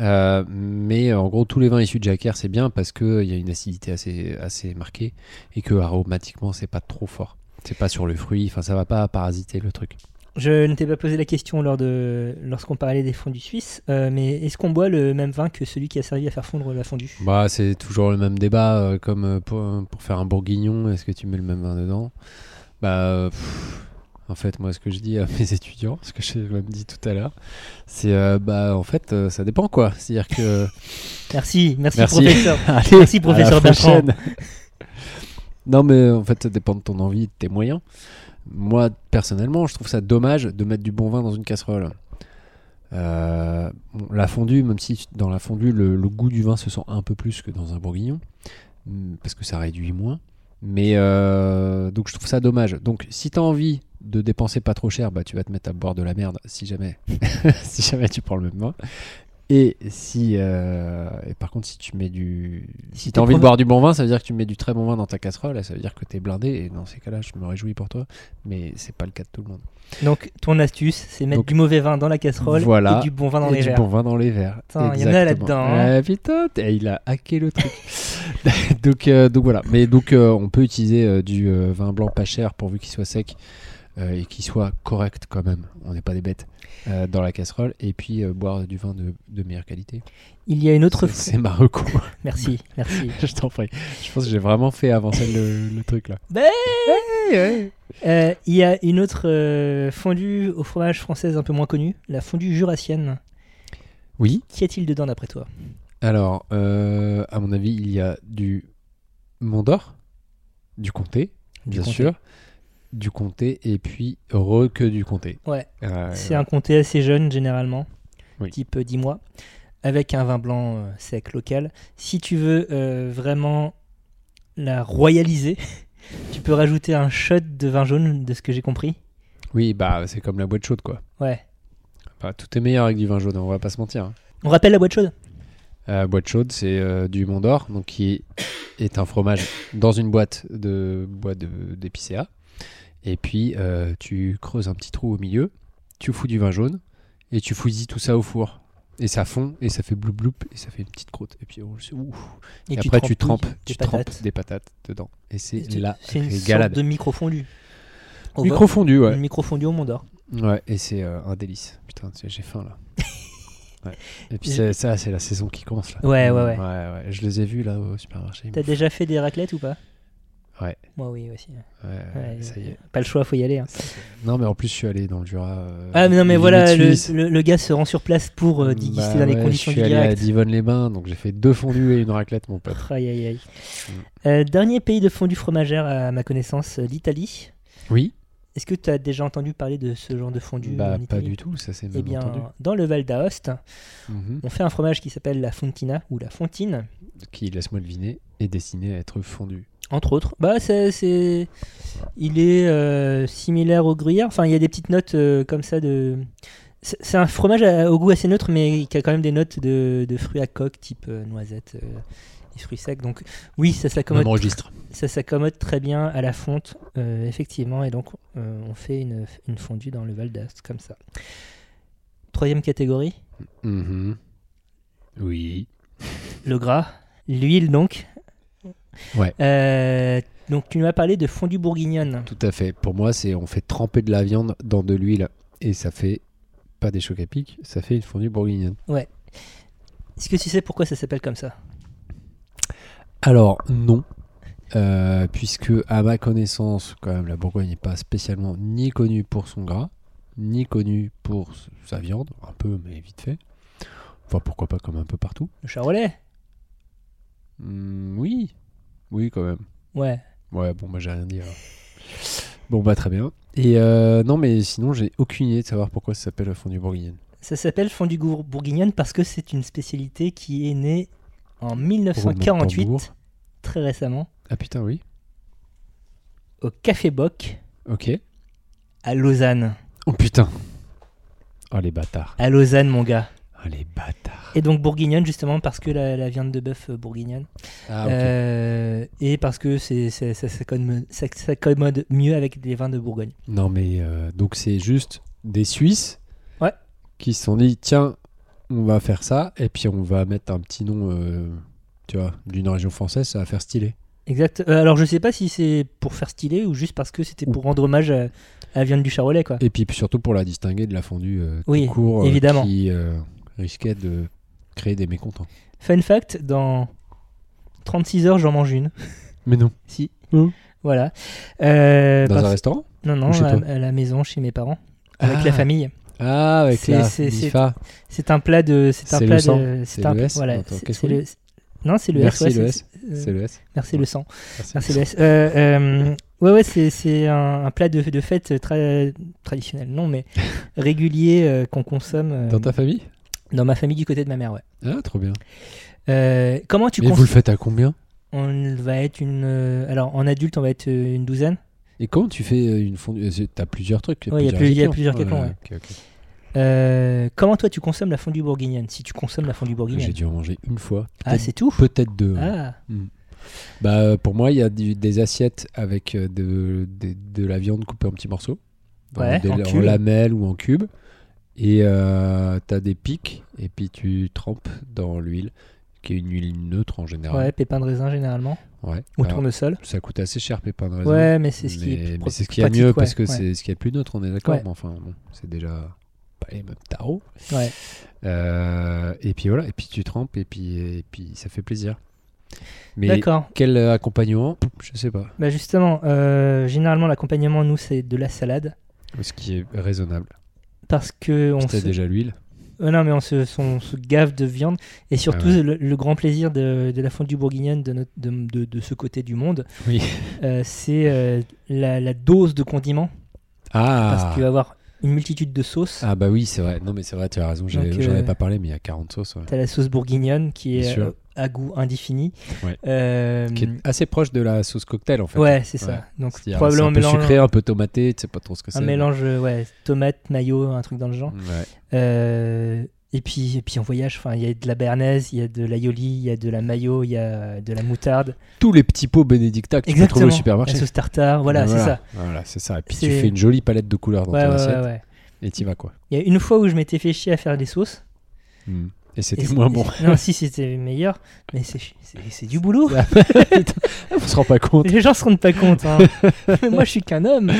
[SPEAKER 1] Euh, mais en gros, tous les vins issus de Jacquère, c'est bien parce qu'il y a une acidité assez, assez marquée et que aromatiquement, c'est pas trop fort. C'est pas sur le fruit, enfin ça va pas parasiter le truc.
[SPEAKER 2] Je ne t'ai pas posé la question lors de lorsqu'on parlait des fondus suisses, euh, mais est-ce qu'on boit le même vin que celui qui a servi à faire fondre la fondue
[SPEAKER 1] Bah, c'est toujours le même débat, euh, comme euh, pour, pour faire un bourguignon, est-ce que tu mets le même vin dedans Bah, euh, pff, en fait, moi, ce que je dis à mes étudiants, ce que j'ai même dit tout à l'heure, c'est euh, bah, en fait, euh, ça dépend quoi. C'est-à-dire que.
[SPEAKER 2] Merci, merci,
[SPEAKER 1] Merci.
[SPEAKER 2] professeur.
[SPEAKER 1] Allez,
[SPEAKER 2] Merci,
[SPEAKER 1] à la
[SPEAKER 2] professeur Bertrand.
[SPEAKER 1] prochaine. non, mais en fait, ça dépend de ton envie et de tes moyens. Moi, personnellement, je trouve ça dommage de mettre du bon vin dans une casserole. Euh, bon, la fondue, même si dans la fondue, le, le goût du vin se sent un peu plus que dans un bourguignon, mm, parce que ça réduit moins. Mais euh, donc, je trouve ça dommage. Donc, si t'as envie de dépenser pas trop cher, bah, tu vas te mettre à boire de la merde si jamais, si jamais tu prends le même vin. Et si, euh, et par contre, si tu mets du,
[SPEAKER 2] Si
[SPEAKER 1] si
[SPEAKER 2] t'es
[SPEAKER 1] t'as envie de
[SPEAKER 2] preneur-
[SPEAKER 1] boire du bon vin, ça veut dire que tu mets du très bon vin dans ta casserole. et Ça veut dire que t'es blindé. Et dans ces cas-là, je me réjouis pour toi, mais c'est pas le cas de tout le monde.
[SPEAKER 2] Donc ton astuce, c'est mettre
[SPEAKER 1] Donc,
[SPEAKER 2] du mauvais vin dans la casserole
[SPEAKER 1] voilà.
[SPEAKER 2] et du bon vin dans
[SPEAKER 1] Et
[SPEAKER 2] les
[SPEAKER 1] du
[SPEAKER 2] verres.
[SPEAKER 1] bon vin dans les verres.
[SPEAKER 2] Putain, il y en a
[SPEAKER 1] Exactement.
[SPEAKER 2] là-dedans, hein.
[SPEAKER 1] Ah, putain, t- eh, il a hacké le truc. donc, euh, donc voilà. Mais donc euh, on peut utiliser euh, du euh, vin blanc pas cher pourvu qu'il soit sec euh, et qu'il soit correct quand même. On n'est pas des bêtes euh, dans la casserole. Et puis euh, boire du vin de, de meilleure qualité.
[SPEAKER 2] Il y a une autre.
[SPEAKER 1] C'est- C'est ma reco.
[SPEAKER 2] Merci, merci.
[SPEAKER 1] je t'en prie. Je pense que j'ai vraiment fait avancer le, le truc là.
[SPEAKER 2] Ben Euh, Il y a une autre euh, fondue au fromage française un peu moins connue, la fondue jurassienne.
[SPEAKER 1] Oui.
[SPEAKER 2] Qu'y a-t-il dedans d'après toi
[SPEAKER 1] Alors, euh, à mon avis, il y a du Mont d'Or, du Comté,
[SPEAKER 2] Du
[SPEAKER 1] bien
[SPEAKER 2] comté.
[SPEAKER 1] sûr, du Comté, et puis re que du Comté.
[SPEAKER 2] Ouais.
[SPEAKER 1] Euh,
[SPEAKER 2] C'est un comté assez jeune généralement,
[SPEAKER 1] Oui.
[SPEAKER 2] type euh, 10 mois, avec un vin blanc euh, sec local. Si tu veux euh, vraiment la royaliser, tu peux rajouter un shot de vin jaune, de ce que j'ai compris.
[SPEAKER 1] Oui, bah c'est comme la boîte chaude, quoi.
[SPEAKER 2] Ouais.
[SPEAKER 1] Bah, tout est meilleur avec du vin jaune, on va pas se mentir. hein.
[SPEAKER 2] On rappelle la boîte chaude
[SPEAKER 1] Euh, boîte chaude, c'est euh, du Mont d'Or, donc qui est un fromage dans une boîte de boîte de- d'épicéa. Et puis euh, tu creuses un petit trou au milieu, tu fous du vin jaune et tu fouillis tout ça au four. Et ça fond et ça fait bloup bloup et ça fait une petite croûte. Et puis oh, c'est- ouf. Et, après tu trempes,
[SPEAKER 2] oui,
[SPEAKER 1] tu
[SPEAKER 2] des
[SPEAKER 1] trempes
[SPEAKER 2] patates.
[SPEAKER 1] des patates dedans. Et c'est
[SPEAKER 2] Et tu-
[SPEAKER 1] la
[SPEAKER 2] C'est une sorte
[SPEAKER 1] régalade.
[SPEAKER 2] de micro fondu.
[SPEAKER 1] Micro fondu, ouais.
[SPEAKER 2] Une micro fondue au Mont d'Or.
[SPEAKER 1] Ouais, et c'est euh, un délice. Putain, tu sais, j'ai faim là. Ouais. Et puis
[SPEAKER 2] Je-
[SPEAKER 1] c'est- ça, c'est la saison qui commence là.
[SPEAKER 2] Ouais, ouais, ouais.
[SPEAKER 1] ouais. Je les ai vus là au supermarché.
[SPEAKER 2] T'as déjà fait des raclettes ou pas
[SPEAKER 1] Ouais.
[SPEAKER 2] Moi oui aussi.
[SPEAKER 1] Ouais,
[SPEAKER 2] Ouais,
[SPEAKER 1] ça y est.
[SPEAKER 2] Pas le choix, faut y aller. hein.
[SPEAKER 1] Non, mais en plus, je suis allé dans le Jura. euh,
[SPEAKER 2] Ah mais non mais
[SPEAKER 1] limite
[SPEAKER 2] voilà, le,
[SPEAKER 1] suisse.
[SPEAKER 2] le- le gars se rend sur place pour euh, déguster
[SPEAKER 1] Bah
[SPEAKER 2] dans les
[SPEAKER 1] ouais,
[SPEAKER 2] conditions
[SPEAKER 1] Je suis allé
[SPEAKER 2] du
[SPEAKER 1] à
[SPEAKER 2] direct.
[SPEAKER 1] Divonne-les-Bains, donc j'ai fait deux fondus et une raclette, mon pote.
[SPEAKER 2] Aïe, aïe, aïe.
[SPEAKER 1] Mm.
[SPEAKER 2] Euh, dernier pays de fondue fromagère à ma connaissance, euh, l'Italie.
[SPEAKER 1] Oui
[SPEAKER 2] Est-ce que tu as déjà entendu parler de ce genre de fondue euh,
[SPEAKER 1] Bah,
[SPEAKER 2] en Italie
[SPEAKER 1] pas du tout, ça c'est
[SPEAKER 2] Eh
[SPEAKER 1] même
[SPEAKER 2] bien, euh,
[SPEAKER 1] entendu.
[SPEAKER 2] dans le Val d'Aoste,
[SPEAKER 1] Mhm.
[SPEAKER 2] on fait un fromage qui s'appelle la fontina ou la fontine,
[SPEAKER 1] Qui, laisse-moi deviner, est destiné à être fondu.
[SPEAKER 2] entre autres. Bah, c'est, c'est- il est euh, similaire au gruyère. Enfin, il y a des petites notes euh, comme ça de. C'est c'est un fromage à- au goût assez neutre, mais qui a quand même des notes de, de fruits à coque, type euh, noisette, euh, et fruits secs. Donc, oui, ça s'accommode
[SPEAKER 1] Même registre.
[SPEAKER 2] ça s'accommode très bien à la fonte, euh, effectivement, et donc euh, on fait une, une fondue dans le Val d'Ast, comme ça. Troisième catégorie,
[SPEAKER 1] Mhm. Oui.
[SPEAKER 2] le gras, l'huile donc.
[SPEAKER 1] Ouais.
[SPEAKER 2] Euh, donc tu m'as parlé de fondue bourguignonne.
[SPEAKER 1] Tout à fait. Pour moi, c'est on fait tremper de la viande dans de l'huile et ça fait pas des chocs à pic, ça fait une fondue bourguignonne.
[SPEAKER 2] Est-ce que tu sais pourquoi ça s'appelle comme ça
[SPEAKER 1] Alors non, Euh, puisque à ma connaissance, quand même, la Bourgogne n'est pas spécialement ni connue pour son gras, ni connue pour s- sa viande, un peu mais vite fait. Enfin pourquoi pas comme un peu partout.
[SPEAKER 2] Le charolais
[SPEAKER 1] Hmm, oui. Oui, quand même.
[SPEAKER 2] Ouais.
[SPEAKER 1] Ouais, bon, bah, j'ai rien dit. alors. Bon, bah, très bien. Et euh, non, mais sinon, j'ai aucune idée de savoir pourquoi ça s'appelle la fondue bourguignonne.
[SPEAKER 2] Ça s'appelle fondue gour- bourguignonne parce que c'est une spécialité qui est née en 1948,
[SPEAKER 1] Roulement de
[SPEAKER 2] très récemment,
[SPEAKER 1] Ah putain, oui.
[SPEAKER 2] au Café Bock
[SPEAKER 1] Ok.
[SPEAKER 2] à Lausanne.
[SPEAKER 1] Oh putain. Oh les bâtards.
[SPEAKER 2] À Lausanne, mon gars.
[SPEAKER 1] Oh les bâtards.
[SPEAKER 2] Et donc bourguignonne justement parce que la, la viande de bœuf euh, bourguignonne.
[SPEAKER 1] Ah, ok.
[SPEAKER 2] Euh, et parce que c'est, c'est- ça s'accommode ça s'accommode mieux avec les vins de Bourgogne.
[SPEAKER 1] Non, mais euh, donc c'est juste des Suisses
[SPEAKER 2] Ouais.
[SPEAKER 1] qui se sont dit tiens, on va faire ça et puis on va mettre un petit nom, euh, tu vois, d'une région française, ça va faire stylé.
[SPEAKER 2] Exact. Euh, alors je sais pas si c'est pour faire stylé ou juste parce que c'était pour rendre hommage à, à la viande du Charolais quoi.
[SPEAKER 1] Et puis surtout pour la distinguer de la fondue euh, tout
[SPEAKER 2] Oui,
[SPEAKER 1] court euh,
[SPEAKER 2] évidemment.
[SPEAKER 1] qui euh, risquait de créer des mécontents.
[SPEAKER 2] Fun fact, dans 36 heures j'en mange une.
[SPEAKER 1] Mais non.
[SPEAKER 2] si.
[SPEAKER 1] Hum.
[SPEAKER 2] Voilà. Euh,
[SPEAKER 1] Dans
[SPEAKER 2] parce-
[SPEAKER 1] un restaurant
[SPEAKER 2] Non, non,
[SPEAKER 1] ou chez
[SPEAKER 2] à,
[SPEAKER 1] toi
[SPEAKER 2] à la maison chez mes parents. Avec
[SPEAKER 1] Ah.
[SPEAKER 2] la famille.
[SPEAKER 1] Ah, avec
[SPEAKER 2] C'est-
[SPEAKER 1] la
[SPEAKER 2] c'est- c'est-
[SPEAKER 1] MIFA.
[SPEAKER 2] C'est un plat de. C'est un
[SPEAKER 1] C'est le
[SPEAKER 2] plat
[SPEAKER 1] sang
[SPEAKER 2] de.
[SPEAKER 1] C'est
[SPEAKER 2] un
[SPEAKER 1] le S
[SPEAKER 2] Voilà.
[SPEAKER 1] Attends,
[SPEAKER 2] c'est-
[SPEAKER 1] qu'est-ce
[SPEAKER 2] c'est
[SPEAKER 1] qu'on
[SPEAKER 2] le- Non, c'est le
[SPEAKER 1] Merci,
[SPEAKER 2] S. ouais,
[SPEAKER 1] le
[SPEAKER 2] c'est-
[SPEAKER 1] C'est
[SPEAKER 2] euh,
[SPEAKER 1] le S.
[SPEAKER 2] Merci le sang.
[SPEAKER 1] Merci.
[SPEAKER 2] Merci le S. Euh, euh, ouais, ouais, c'est, c'est un, un plat de, de fête très traditionnel, non, mais régulier euh, qu'on consomme euh,
[SPEAKER 1] Dans ta famille
[SPEAKER 2] dans ma famille du côté de ma mère, ouais.
[SPEAKER 1] Ah, trop bien.
[SPEAKER 2] Euh, comment tu
[SPEAKER 1] Mais
[SPEAKER 2] cons-
[SPEAKER 1] vous le faites à combien
[SPEAKER 2] On va être une. euh, alors, en adulte, on va être euh, une douzaine.
[SPEAKER 1] Et comment tu fais euh, une fondue Euh, c'est- T'as plusieurs trucs.
[SPEAKER 2] Ouais, y a plus- y a plusieurs cacans, ouais.
[SPEAKER 1] ok, ok.
[SPEAKER 2] Euh, comment toi, tu consommes la fondue bourguignonne Si tu consommes la fondue
[SPEAKER 1] J'ai
[SPEAKER 2] bourguignonne.
[SPEAKER 1] dû en manger une fois.
[SPEAKER 2] Ah,
[SPEAKER 1] Peut-être-
[SPEAKER 2] c'est tout
[SPEAKER 1] Peut-être deux. ouais.
[SPEAKER 2] Ah,
[SPEAKER 1] Bah, euh, pour moi, il y a du- des assiettes avec euh, de, de- de la viande coupée en petits morceaux. En
[SPEAKER 2] Ouais,
[SPEAKER 1] des-
[SPEAKER 2] en
[SPEAKER 1] en,
[SPEAKER 2] cube.
[SPEAKER 1] lamelles ou en cubes. Et euh, t'as des pics. Et puis tu trempes dans l'huile, qui est une huile neutre en
[SPEAKER 2] ouais,
[SPEAKER 1] général.
[SPEAKER 2] pépins de raisin généralement.
[SPEAKER 1] Ouais.
[SPEAKER 2] Ou
[SPEAKER 1] Alors,
[SPEAKER 2] tournesol.
[SPEAKER 1] Ça coûte assez cher, pépin de raisin.
[SPEAKER 2] Ouais, mais c'est ce qui
[SPEAKER 1] mais,
[SPEAKER 2] est.
[SPEAKER 1] mais
[SPEAKER 2] pro-
[SPEAKER 1] c'est ce
[SPEAKER 2] plus
[SPEAKER 1] qu'il y a de
[SPEAKER 2] pratique,
[SPEAKER 1] mieux
[SPEAKER 2] ouais,
[SPEAKER 1] parce que
[SPEAKER 2] ouais.
[SPEAKER 1] c'est ce qu'il y a de plus neutre, on est d'accord.
[SPEAKER 2] Ouais.
[SPEAKER 1] Mais enfin, bon, c'est déjà pas les mêmes tarots.
[SPEAKER 2] Ouais.
[SPEAKER 1] Euh, et puis voilà, et puis tu trempes, et puis, et puis ça fait plaisir. Mais
[SPEAKER 2] D'accord.
[SPEAKER 1] quel euh, accompagnement Je sais pas.
[SPEAKER 2] Bah justement, euh, généralement l'accompagnement nous c'est de la salade
[SPEAKER 1] Ce qui est raisonnable.
[SPEAKER 2] parce que on
[SPEAKER 1] C'était
[SPEAKER 2] se,
[SPEAKER 1] déjà l'huile.
[SPEAKER 2] Euh, non, mais on se, son- on se gave de viande. Et surtout,
[SPEAKER 1] Ah ouais.
[SPEAKER 2] le, le grand plaisir de, de la fondue bourguignonne de, notre- de, de- de ce côté du monde,
[SPEAKER 1] Oui.
[SPEAKER 2] euh, c'est euh, la, la dose de condiments. Parce que
[SPEAKER 1] Ah
[SPEAKER 2] tu vas avoir une multitude de sauces.
[SPEAKER 1] Ah bah oui, c'est vrai. Non mais c'est vrai, tu as raison, j'avais-
[SPEAKER 2] Donc,
[SPEAKER 1] j'en ai
[SPEAKER 2] euh,
[SPEAKER 1] pas parlé, mais il y a 40 sauces. ouais.
[SPEAKER 2] Tu as la sauce bourguignonne qui
[SPEAKER 1] Bien
[SPEAKER 2] est
[SPEAKER 1] sûr.
[SPEAKER 2] euh, à goût indéfini.
[SPEAKER 1] Ouais.
[SPEAKER 2] Euh,
[SPEAKER 1] Qui est assez proche de la sauce cocktail en fait.
[SPEAKER 2] ouais, c'est
[SPEAKER 1] Ouais.
[SPEAKER 2] ça. Donc,
[SPEAKER 1] C'est-à-dire, c'est
[SPEAKER 2] probablement
[SPEAKER 1] un
[SPEAKER 2] un
[SPEAKER 1] peu
[SPEAKER 2] mélange,
[SPEAKER 1] sucré, un peu tomaté, tu sais pas trop ce que c'est.
[SPEAKER 2] un mélange euh, ouais, tomate, mayo, un truc dans le genre.
[SPEAKER 1] Ouais.
[SPEAKER 2] Euh, et puis, et puis on voyage, enfin, il y a de la béarnaise, il y a de l'aioli, il y a de la mayo, il y a de la moutarde.
[SPEAKER 1] Tous les petits pots Benedicta que tu peux trouver au supermarché.
[SPEAKER 2] La sauce tartare, voilà, c'est ça.
[SPEAKER 1] Voilà, c'est ça. Et puis
[SPEAKER 2] C'est-
[SPEAKER 1] tu fais une jolie palette de couleurs dans
[SPEAKER 2] Ouais,
[SPEAKER 1] ton
[SPEAKER 2] ouais,
[SPEAKER 1] assiette
[SPEAKER 2] ouais, ouais.
[SPEAKER 1] et t'y vas quoi.
[SPEAKER 2] Il y a une fois où je m'étais fait chier à faire des sauces.
[SPEAKER 1] Mm. Et
[SPEAKER 2] Et
[SPEAKER 1] c'était
[SPEAKER 2] c'est-
[SPEAKER 1] moins bon.
[SPEAKER 2] Non, si c'était meilleur, mais c'est chi- c'est c'est du boulot.
[SPEAKER 1] On se rend pas compte.
[SPEAKER 2] Les gens se rendent pas compte. hein. mais moi, je suis qu'un homme.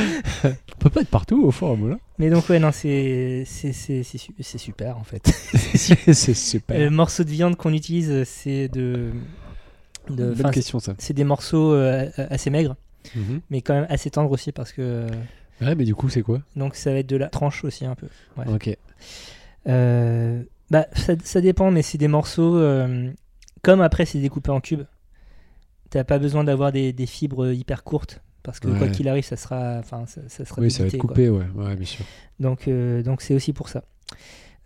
[SPEAKER 1] On peut pas être partout au forum là.
[SPEAKER 2] Mais donc, ouais, non, c'est c'est- c'est- c'est su- c'est super en fait.
[SPEAKER 1] c'est super.
[SPEAKER 2] Le morceau de viande qu'on utilise, c'est de. de-
[SPEAKER 1] Bonne
[SPEAKER 2] enfin,
[SPEAKER 1] question ça.
[SPEAKER 2] c'est des morceaux euh, assez maigres,
[SPEAKER 1] Mhm.
[SPEAKER 2] mais quand même assez tendres aussi parce que.
[SPEAKER 1] Ouais, mais du coup c'est quoi
[SPEAKER 2] Donc ça va être de la tranche aussi un peu. Ouais.
[SPEAKER 1] Ok.
[SPEAKER 2] Euh, bah, ça, ça dépend, mais c'est des morceaux. euh, comme après, c'est découpé en cubes. T'as pas besoin d'avoir des, des fibres hyper courtes parce que quoi
[SPEAKER 1] Ouais.
[SPEAKER 2] qu'il arrive, ça sera, enfin, ça, ça sera
[SPEAKER 1] Oui, ça va
[SPEAKER 2] débité,
[SPEAKER 1] être
[SPEAKER 2] quoi.
[SPEAKER 1] coupé, ouais. ouais, bien sûr.
[SPEAKER 2] Donc, euh, donc c'est aussi pour ça.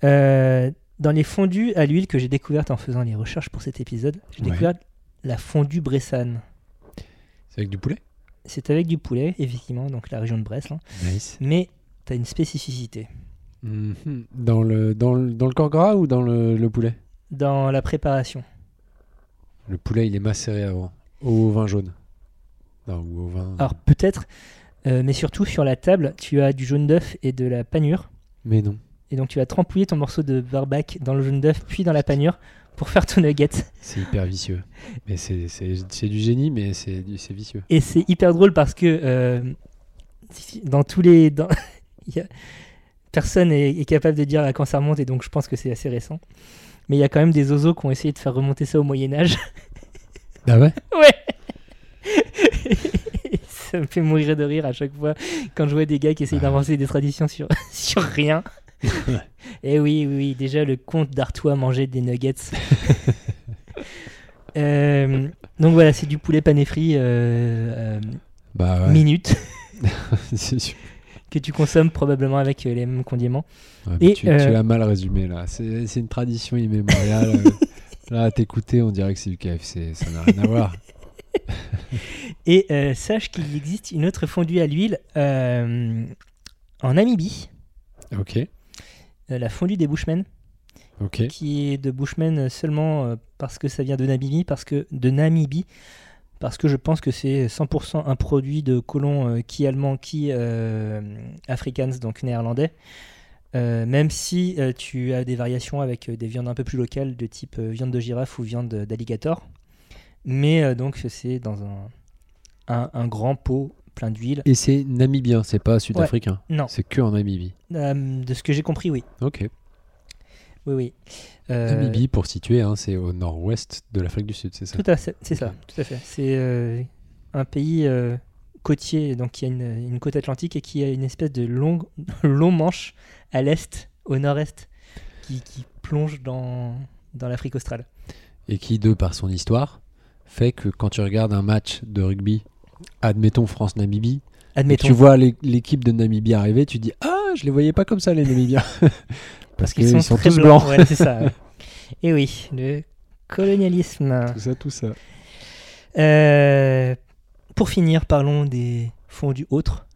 [SPEAKER 2] Euh, dans les fondus à l'huile que j'ai découvertes en faisant les recherches pour cet épisode, j'ai
[SPEAKER 1] Ouais.
[SPEAKER 2] découvert la fondue bressane.
[SPEAKER 1] C'est avec du poulet
[SPEAKER 2] C'est avec du poulet, effectivement, donc la région de Bresse. là.
[SPEAKER 1] Nice.
[SPEAKER 2] Mais t'as une spécificité.
[SPEAKER 1] Mhm. Dans, le, dans, le, dans le corps gras ou dans le, le poulet
[SPEAKER 2] Dans la préparation,
[SPEAKER 1] Le poulet il est macéré avant. Au vin jaune. Non, ou au vin.
[SPEAKER 2] Alors peut-être, euh, mais surtout sur la table, tu as du jaune d'œuf et de la panure.
[SPEAKER 1] Mais non.
[SPEAKER 2] Et donc tu vas trempouiller ton morceau de barbac dans le jaune d'œuf, puis dans la panure, pour faire ton nugget.
[SPEAKER 1] C'est hyper vicieux. Mais c'est c'est- c'est du génie, mais c'est du- c'est vicieux.
[SPEAKER 2] Et c'est hyper drôle parce que euh, dans tous les... Dans... il y a- Personne est, est capable de dire à quand ça remonte, et donc je pense que c'est assez récent. Mais il y a quand même des oiseaux qui ont essayé de faire remonter ça au Moyen Âge.
[SPEAKER 1] Ah ouais
[SPEAKER 2] Ouais Ça me fait mourir de rire à chaque fois quand je vois des gars qui essayent
[SPEAKER 1] Ouais.
[SPEAKER 2] d'inventer des traditions sur, sur rien. Eh Et oui, oui, oui, déjà le comte d'Artois mangeait des nuggets. Euh, donc voilà, c'est du poulet pané frit euh, euh,
[SPEAKER 1] Bah ouais.
[SPEAKER 2] minute
[SPEAKER 1] c'est sûr.
[SPEAKER 2] que tu consommes probablement avec euh, les mêmes condiments.
[SPEAKER 1] Ouais, puis
[SPEAKER 2] Et,
[SPEAKER 1] tu,
[SPEAKER 2] euh,
[SPEAKER 1] tu l'as mal résumé là. C'est c'est une tradition immémoriale. euh. là, à t'écouter, on dirait que c'est du KFC. Ça n'a rien à voir.
[SPEAKER 2] Et euh, sache qu'il existe une autre fondue à l'huile euh, en Namibie,
[SPEAKER 1] Ok,
[SPEAKER 2] euh, la fondue des Bushmen,
[SPEAKER 1] ok.
[SPEAKER 2] qui est de Bushmen seulement euh, parce que ça vient de Namibie, parce que de Namibie, parce que je pense que c'est 100% un produit de colons euh, qui allemands, qui euh, africans, donc néerlandais. Euh, même si euh, tu as des variations avec euh, des viandes un peu plus locales de type euh, viande de girafe ou viande d'alligator. Mais euh, donc c'est dans un, un, un grand pot plein d'huile.
[SPEAKER 1] Et c'est namibien, c'est pas sud-africain.
[SPEAKER 2] Non,
[SPEAKER 1] C'est que en Namibie.
[SPEAKER 2] euh, de ce que j'ai compris, oui.
[SPEAKER 1] Ok.
[SPEAKER 2] Oui, oui. Euh,
[SPEAKER 1] Namibie, pour situer, hein, c'est au nord-ouest de l'Afrique du Sud, c'est ça
[SPEAKER 2] Tout à fait, c'est ça,
[SPEAKER 1] Ok.
[SPEAKER 2] tout à fait. C'est euh, un pays euh, côtier, donc qui a une, une côte atlantique et qui a une espèce de longue, long manche à l'est, au nord-est, qui, qui plonge dans, dans l'Afrique australe.
[SPEAKER 1] Et qui, de par son histoire, fait que quand tu regardes un match de rugby, admettons France-Namibie, et que
[SPEAKER 2] Admettons.
[SPEAKER 1] tu vois l'é- l'équipe de Namibie arriver, tu dis Ah, je les voyais pas comme ça, les Namibiens. Parce qu'ils sont,
[SPEAKER 2] très
[SPEAKER 1] tous blancs.
[SPEAKER 2] Ouais, c'est ça. et oui, le colonialisme.
[SPEAKER 1] Tout ça, tout ça.
[SPEAKER 2] Euh, pour finir, parlons des fondus autres.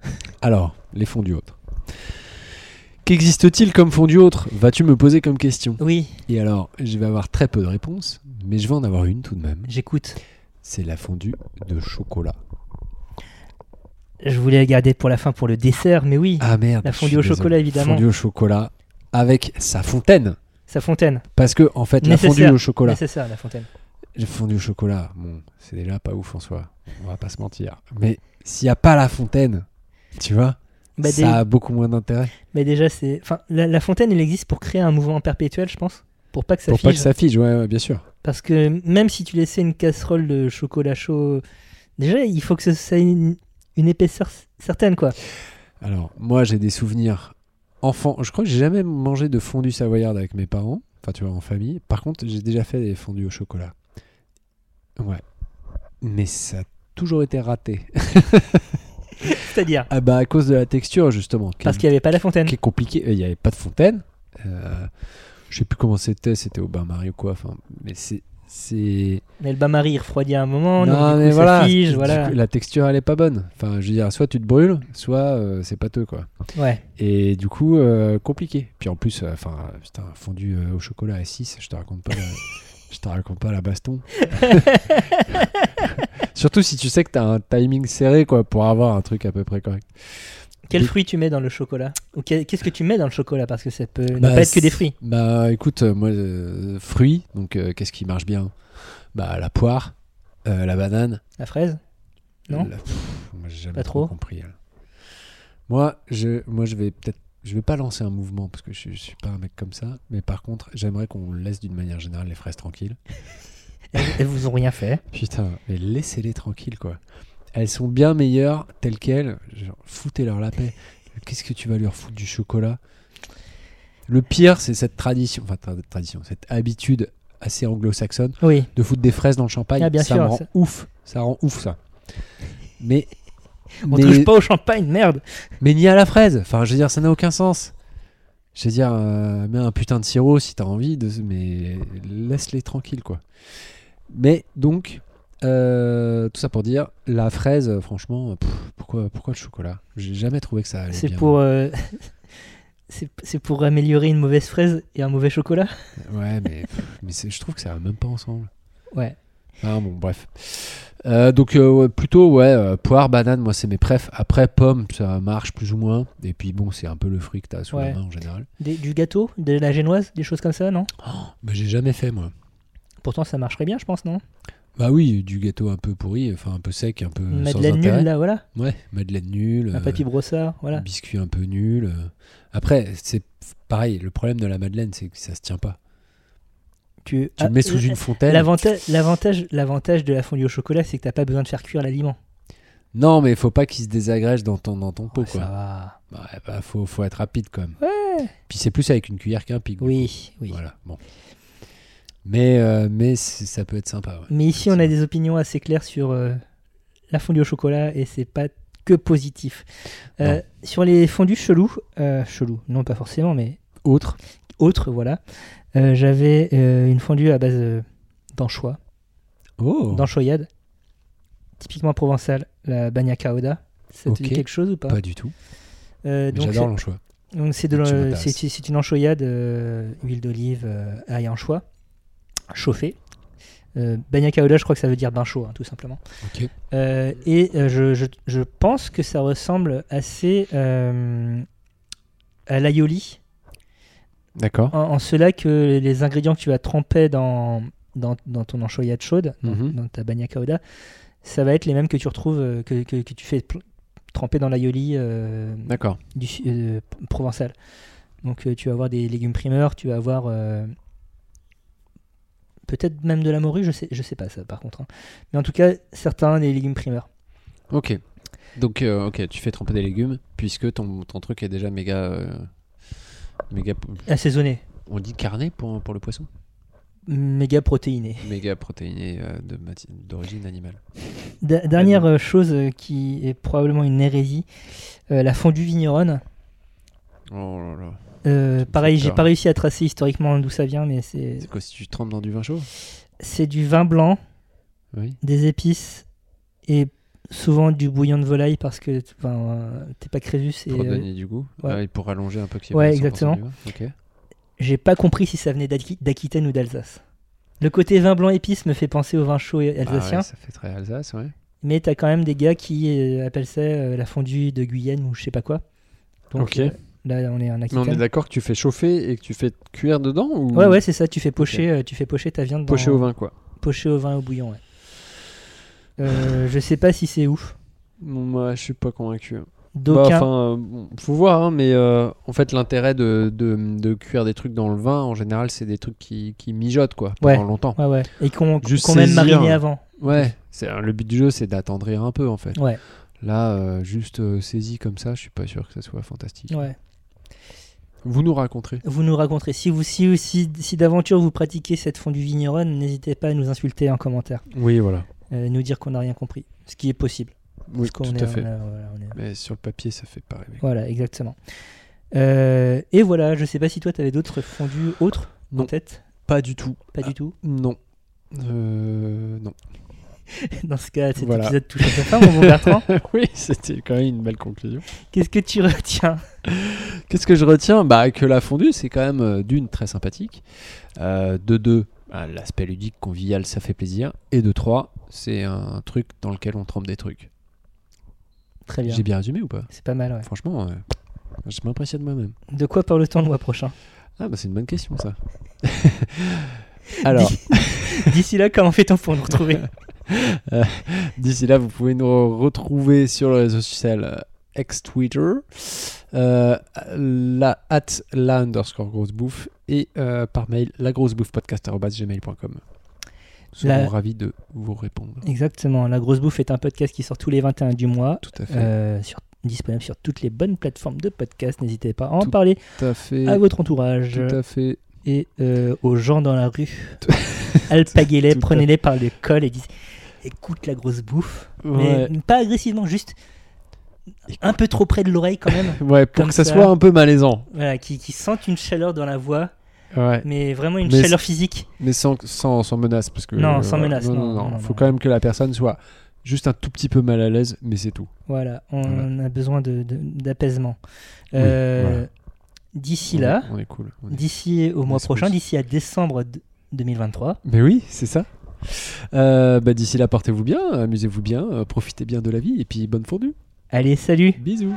[SPEAKER 1] Alors, les fondus autres. Qu'existe-t-il comme fondus autres Vas-tu me poser comme question
[SPEAKER 2] Oui,
[SPEAKER 1] Et alors, je vais avoir très peu de réponses, mais je vais en avoir une tout de même.
[SPEAKER 2] j'écoute.
[SPEAKER 1] C'est la fondue de chocolat.
[SPEAKER 2] Je voulais la garder pour la fin pour le dessert, mais oui,
[SPEAKER 1] Ah merde.
[SPEAKER 2] La
[SPEAKER 1] je
[SPEAKER 2] fondue
[SPEAKER 1] suis
[SPEAKER 2] au
[SPEAKER 1] désolé.
[SPEAKER 2] chocolat, évidemment.
[SPEAKER 1] Fondue au chocolat avec sa fontaine.
[SPEAKER 2] sa fontaine.
[SPEAKER 1] Parce que, en fait, la
[SPEAKER 2] Nécessaire.
[SPEAKER 1] fondue au chocolat.
[SPEAKER 2] Nécessaire, la fontaine.
[SPEAKER 1] La fondue au chocolat, bon, c'est déjà pas ouf en soi. On va pas se mentir. Mais s'il n'y a pas la fontaine, tu vois,
[SPEAKER 2] Bah,
[SPEAKER 1] ça
[SPEAKER 2] des-
[SPEAKER 1] a beaucoup moins d'intérêt.
[SPEAKER 2] bah, déjà, c'est. Enfin, la, la fontaine, elle existe pour créer un mouvement perpétuel, je pense. Pour pas que ça
[SPEAKER 1] Pour
[SPEAKER 2] fige.
[SPEAKER 1] pas que ça fige, ouais, ouais, bien sûr.
[SPEAKER 2] Parce que même si tu laissais une casserole de chocolat chaud. Déjà, il faut que ça ça ait une, une épaisseur c- certaine, quoi.
[SPEAKER 1] Alors, moi, j'ai des souvenirs enfant. Je crois que j'ai jamais mangé de fondue savoyarde avec mes parents. Enfin, tu vois, en famille. Par contre, j'ai déjà fait des fondues au chocolat. Ouais. Mais ça a toujours été raté.
[SPEAKER 2] C'est-à-dire.
[SPEAKER 1] Ah bah, à cause de la texture, justement. qui est
[SPEAKER 2] Parce qu'il n'y avait pas la fontaine.
[SPEAKER 1] qui est compliqué. Il n'y avait pas de fontaine. Euh, je sais plus comment c'était, c'était au bain-marie ou quoi. Enfin, mais c'est. c'est...
[SPEAKER 2] Mais le bain-marie il refroidit à un moment, donc
[SPEAKER 1] Non,
[SPEAKER 2] Oh du coup,
[SPEAKER 1] mais
[SPEAKER 2] ça
[SPEAKER 1] voilà.
[SPEAKER 2] fige,
[SPEAKER 1] Du
[SPEAKER 2] voilà.
[SPEAKER 1] coup, la texture, elle est pas bonne. Enfin, je veux dire, soit tu te brûles, soit euh, c'est pâteux, quoi.
[SPEAKER 2] Ouais.
[SPEAKER 1] Et du coup, euh, compliqué. Puis en plus, euh, enfin, putain, fondu euh, au chocolat à 6, je te raconte pas. la- Je te raconte pas la baston. Surtout si tu sais que t'as un timing serré quoi pour avoir un truc à peu près correct.
[SPEAKER 2] Quel
[SPEAKER 1] Des-
[SPEAKER 2] fruit tu mets dans le chocolat Ou que- qu'est-ce que tu mets dans le chocolat Parce que ça peut ne
[SPEAKER 1] Bah,
[SPEAKER 2] pas être que des
[SPEAKER 1] c'est-
[SPEAKER 2] fruits.
[SPEAKER 1] Bah écoute, euh, moi, euh, fruits, donc euh, qu'est-ce qui marche bien Bah la poire, euh, la banane.
[SPEAKER 2] La fraise Non
[SPEAKER 1] La- pff, moi, j'ai jamais
[SPEAKER 2] Pas
[SPEAKER 1] trop,
[SPEAKER 2] trop
[SPEAKER 1] compris. hein. Moi, je, moi, je vais peut-être. Je vais pas lancer un mouvement parce que je, je suis pas un mec comme ça, mais par contre, j'aimerais qu'on laisse d'une manière générale les fraises tranquilles.
[SPEAKER 2] Elles elles vous ont rien fait.
[SPEAKER 1] Putain, mais laissez-les tranquilles quoi. Elles sont bien meilleures telles quelles. Genre, Foutez-leur la paix. Qu'est-ce que tu vas leur foutre du chocolat Le pire, c'est cette tradition, enfin tra- tradition, cette habitude assez anglo-saxonne
[SPEAKER 2] Oui.
[SPEAKER 1] de foutre des fraises dans le champagne.
[SPEAKER 2] Ah, bien
[SPEAKER 1] ça
[SPEAKER 2] sûr,
[SPEAKER 1] me rend
[SPEAKER 2] ça-
[SPEAKER 1] ouf. Ça rend ouf ça. Mais
[SPEAKER 2] On
[SPEAKER 1] mais-
[SPEAKER 2] touche pas au champagne, merde
[SPEAKER 1] mais ni à la fraise. Enfin, je veux dire, ça n'a aucun sens. Je veux dire, euh, mets un putain de sirop si t'as envie, de... mais laisse-les tranquilles, quoi. Mais donc, euh, tout ça pour dire, la fraise, franchement, pff, pourquoi, pourquoi le chocolat J'ai jamais trouvé que ça allait
[SPEAKER 2] C'est
[SPEAKER 1] bien.
[SPEAKER 2] pour, euh, c'est c'est pour améliorer une mauvaise fraise et un mauvais chocolat
[SPEAKER 1] Ouais, mais, pff, mais c'est- je trouve que ça va même pas ensemble.
[SPEAKER 2] Ouais.
[SPEAKER 1] Ah bon, bref. Euh, donc euh, ouais, plutôt ouais, euh, poire, banane, moi c'est mes préfs. Après pomme, ça marche plus ou moins. Et puis bon, c'est un peu le fruit que t'as sous
[SPEAKER 2] Ouais.
[SPEAKER 1] la main en général.
[SPEAKER 2] Des- du gâteau, de la génoise, des choses comme ça, non
[SPEAKER 1] Mais j'ai jamais fait moi.
[SPEAKER 2] Pourtant, ça marcherait bien, je pense, non
[SPEAKER 1] Bah oui, du gâteau un peu pourri, enfin un peu sec, un peu
[SPEAKER 2] Une
[SPEAKER 1] Euh, sans
[SPEAKER 2] Madeleine
[SPEAKER 1] intérêt. Euh,
[SPEAKER 2] nulle, là, voilà.
[SPEAKER 1] Ouais, madeleine nulle.
[SPEAKER 2] Un papy brossard, voilà.
[SPEAKER 1] Biscuit un peu nul. euh. Après, c'est pareil, le problème de la madeleine, c'est que ça se tient pas.
[SPEAKER 2] Tu,
[SPEAKER 1] Tu
[SPEAKER 2] ah,
[SPEAKER 1] le mets sous
[SPEAKER 2] l-
[SPEAKER 1] une fontaine.
[SPEAKER 2] l'avanta- L'avantage l'avantage de la fondue au chocolat, c'est que t'as pas besoin de faire cuire l'aliment.
[SPEAKER 1] Non, mais faut pas qu'il se désagrège dans ton, dans ton pot,
[SPEAKER 2] Ouais, Oh, ça
[SPEAKER 1] quoi.
[SPEAKER 2] va.
[SPEAKER 1] Ouais, bah, faut, faut être rapide quand même. Puis c'est plus avec une cuillère qu'un pic. du coup.
[SPEAKER 2] Oui, oui.
[SPEAKER 1] Voilà, bon. Mais, euh, mais c'est- ça peut être sympa. ouais.
[SPEAKER 2] Mais ici, on a des opinions assez claires sur euh, la fondue au chocolat et c'est pas que positif. Euh, sur les fondues chelous, euh, chelous, non pas forcément, mais
[SPEAKER 1] Autre
[SPEAKER 2] autres, voilà. euh, J'avais euh, une fondue à base euh, d'anchois,
[SPEAKER 1] Oh
[SPEAKER 2] d'anchoyade, typiquement provençale, la bagna caoda. Ça te dit
[SPEAKER 1] Ok.
[SPEAKER 2] quelque chose ou pas,
[SPEAKER 1] Pas du tout.
[SPEAKER 2] Euh,
[SPEAKER 1] Mais
[SPEAKER 2] donc
[SPEAKER 1] J'adore l'anchois.
[SPEAKER 2] c'est- donc c'est de
[SPEAKER 1] Tu
[SPEAKER 2] l'an-
[SPEAKER 1] m'intéresses.
[SPEAKER 2] c'est c'est une anchoyade euh, huile d'olive euh, ail anchois chauffée. Euh, bagna caoda, je crois que ça veut dire bain chaud, hein, tout simplement.
[SPEAKER 1] Ok.
[SPEAKER 2] Euh, et euh, je, je- je pense que ça ressemble assez euh, à l'aioli,
[SPEAKER 1] D'accord.
[SPEAKER 2] en, en cela que les ingrédients que tu as trempés dans, dans, dans ton anchoyade chaude, dans-
[SPEAKER 1] Mhm.
[SPEAKER 2] dans, ta bagna cauda, ça va être les mêmes que tu retrouves, euh, que, que- que tu fais pl- tremper dans l'aioli euh,
[SPEAKER 1] D'accord.
[SPEAKER 2] du su- euh, p- provençal. Donc euh, tu vas avoir des légumes primeurs, tu vas avoir euh, peut-être même de la morue, je sais, je sais pas ça par contre. hein. Mais en tout cas, certains des légumes primeurs.
[SPEAKER 1] Ok. Donc, euh, ok, tu fais tremper des légumes puisque ton, ton truc est déjà méga. euh, méga
[SPEAKER 2] assaisonné,
[SPEAKER 1] on dit carné pour, pour le poisson
[SPEAKER 2] méga protéiné.
[SPEAKER 1] Méga protéiné euh, de mati- d'origine animale.
[SPEAKER 2] Da-
[SPEAKER 1] Ah,
[SPEAKER 2] dernière euh, chose euh, qui est probablement une hérésie, euh, la fondue vigneronne.
[SPEAKER 1] Oh là là.
[SPEAKER 2] Euh,
[SPEAKER 1] me
[SPEAKER 2] pareil,
[SPEAKER 1] fais
[SPEAKER 2] j'ai
[SPEAKER 1] peur.
[SPEAKER 2] pas réussi à tracer historiquement d'où ça vient, mais c'est
[SPEAKER 1] C'est quoi si tu trempes dans du vin chaud
[SPEAKER 2] c'est du vin blanc,
[SPEAKER 1] Oui.
[SPEAKER 2] des épices et souvent du bouillon de volaille parce que t- 'fin, euh, t'es pas crésus et
[SPEAKER 1] Pour
[SPEAKER 2] euh,
[SPEAKER 1] donner du goût.
[SPEAKER 2] ouais.
[SPEAKER 1] Ah, et pour allonger un peu qu'il y
[SPEAKER 2] Ouais,
[SPEAKER 1] ait 100%
[SPEAKER 2] exactement.
[SPEAKER 1] du vin. Ok.
[SPEAKER 2] j'ai pas compris si ça venait d'Aqui- d'Aquitaine ou d'Alsace. Le côté vin blanc épice me fait penser au vin chaud et-
[SPEAKER 1] Ah ouais,
[SPEAKER 2] alsacien,
[SPEAKER 1] ça fait très Alsace, ouais.
[SPEAKER 2] mais t'as quand même des gars qui euh, appellent ça euh, la fondue de Guyenne ou je sais pas quoi. Donc
[SPEAKER 1] Ok.
[SPEAKER 2] euh, là on est en
[SPEAKER 1] Mais on
[SPEAKER 2] Aquitaine.
[SPEAKER 1] est d'accord que tu fais chauffer et que tu fais cuire dedans ou
[SPEAKER 2] Ouais, ouais, c'est ça. Tu fais pocher, euh, tu fais pocher ta viande. dans-
[SPEAKER 1] Mmh. pocher au vin quoi
[SPEAKER 2] pocher au vin et au bouillon. Ouais. Euh, je sais pas si c'est ouf.
[SPEAKER 1] Moi, je suis pas
[SPEAKER 2] hein.
[SPEAKER 1] convaincu. Bah,
[SPEAKER 2] D'aucuns.
[SPEAKER 1] enfin, euh, bon, faut voir, hein, mais euh, en fait, l'intérêt de, de, de cuire des trucs dans le vin, en général, c'est des trucs qui, qui mijotent quoi, pendant
[SPEAKER 2] Ouais.
[SPEAKER 1] longtemps.
[SPEAKER 2] ouais, ouais. Et qu'on
[SPEAKER 1] Juste
[SPEAKER 2] qu'on même
[SPEAKER 1] saisir.
[SPEAKER 2] mariné avant.
[SPEAKER 1] Ouais, c'est euh, le but du jeu, c'est d'attendrir un peu en fait.
[SPEAKER 2] Ouais,
[SPEAKER 1] Là, euh, juste euh, saisi comme ça, je suis pas sûr que ça soit fantastique.
[SPEAKER 2] ouais.
[SPEAKER 1] Vous nous raconterez.
[SPEAKER 2] Vous nous raconterez. Si vous, si, si, si d'aventure vous pratiquez cette fondue vigneronne, n'hésitez pas à nous insulter en commentaire,
[SPEAKER 1] Oui, voilà.
[SPEAKER 2] euh, nous dire qu'on n'a rien compris, ce qui est possible.
[SPEAKER 1] Oui,
[SPEAKER 2] Parce
[SPEAKER 1] tout
[SPEAKER 2] qu'on est-
[SPEAKER 1] à fait.
[SPEAKER 2] on a- voilà, on est-
[SPEAKER 1] Mais sur le papier, ça fait pas rêver.
[SPEAKER 2] voilà, exactement. Euh, et voilà, je sais pas si toi t'avais d'autres fondues autres en
[SPEAKER 1] Non.
[SPEAKER 2] tête.
[SPEAKER 1] Pas du tout.
[SPEAKER 2] Pas du tout.
[SPEAKER 1] Non. Euh, non.
[SPEAKER 2] Dans ce cas, cet
[SPEAKER 1] Voilà.
[SPEAKER 2] épisode touche à sa fin, mon bon Bertrand.
[SPEAKER 1] oui, c'était quand même une belle conclusion.
[SPEAKER 2] Qu'est-ce que tu retiens
[SPEAKER 1] Qu'est-ce que je retiens Bah que la fondue, c'est quand même euh, d'une très sympathique, Euh, de deux, bah, l'aspect ludique convivial, ça fait plaisir, et de trois, c'est un truc dans lequel on trempe des trucs.
[SPEAKER 2] Très bien.
[SPEAKER 1] J'ai bien résumé ou pas
[SPEAKER 2] C'est pas mal, ouais.
[SPEAKER 1] Franchement, euh, je m'impressionne moi-même.
[SPEAKER 2] De quoi parle-t-on le mois prochain
[SPEAKER 1] Ah bah c'est une bonne question ça. Alors,
[SPEAKER 2] D'ici là, comment fait-on pour nous retrouver
[SPEAKER 1] d'ici là, vous pouvez nous retrouver sur le réseau social euh, ex-Twitter, euh, la at la underscore grosse bouffe, et euh, par mail la grosse bouffe podcast.gmail.com. Nous serons
[SPEAKER 2] La-
[SPEAKER 1] ravis de vous répondre.
[SPEAKER 2] Exactement, La Grosse Bouffe est un podcast qui sort tous les 21 du mois,
[SPEAKER 1] Tout à fait.
[SPEAKER 2] euh, sur- disponible sur toutes les bonnes plateformes de podcast. N'hésitez pas à en
[SPEAKER 1] Tout
[SPEAKER 2] parler
[SPEAKER 1] tout à fait.
[SPEAKER 2] à votre entourage
[SPEAKER 1] Tout à fait.
[SPEAKER 2] et euh, aux gens dans la rue. Alpaguez-les,
[SPEAKER 1] tout à-
[SPEAKER 2] prenez-les par le col et dites écoute La Grosse Bouffe.
[SPEAKER 1] Ouais,
[SPEAKER 2] Mais pas agressivement, juste un peu trop près de l'oreille quand même.
[SPEAKER 1] Ouais, pour
[SPEAKER 2] comme
[SPEAKER 1] que ça,
[SPEAKER 2] ça.
[SPEAKER 1] soit un peu malaisant.
[SPEAKER 2] voilà, qui, qui sentent une chaleur dans la voix,
[SPEAKER 1] Ouais.
[SPEAKER 2] mais vraiment une
[SPEAKER 1] Mais
[SPEAKER 2] chaleur physique.
[SPEAKER 1] Mais sans, sans, sans menace. Parce que, euh,
[SPEAKER 2] Non, sans menace,
[SPEAKER 1] Non,
[SPEAKER 2] non,
[SPEAKER 1] non, non.
[SPEAKER 2] non, non,
[SPEAKER 1] Faut
[SPEAKER 2] non.
[SPEAKER 1] quand même que la personne soit juste un tout petit peu mal à l'aise, mais c'est tout.
[SPEAKER 2] Voilà, on
[SPEAKER 1] Voilà.
[SPEAKER 2] a besoin de- de- d'apaisement.
[SPEAKER 1] Oui,
[SPEAKER 2] Euh,
[SPEAKER 1] voilà.
[SPEAKER 2] D'ici
[SPEAKER 1] On est-
[SPEAKER 2] là,
[SPEAKER 1] On est cool. on est-
[SPEAKER 2] d'ici au mois
[SPEAKER 1] se
[SPEAKER 2] prochain,
[SPEAKER 1] pousse.
[SPEAKER 2] d'ici à décembre de- 2023,
[SPEAKER 1] Mais oui, c'est ça. Euh, bah, D'ici là, portez-vous bien, amusez-vous bien, euh, profitez bien de la vie, et puis bonne fondue.
[SPEAKER 2] allez, salut
[SPEAKER 1] Bisous.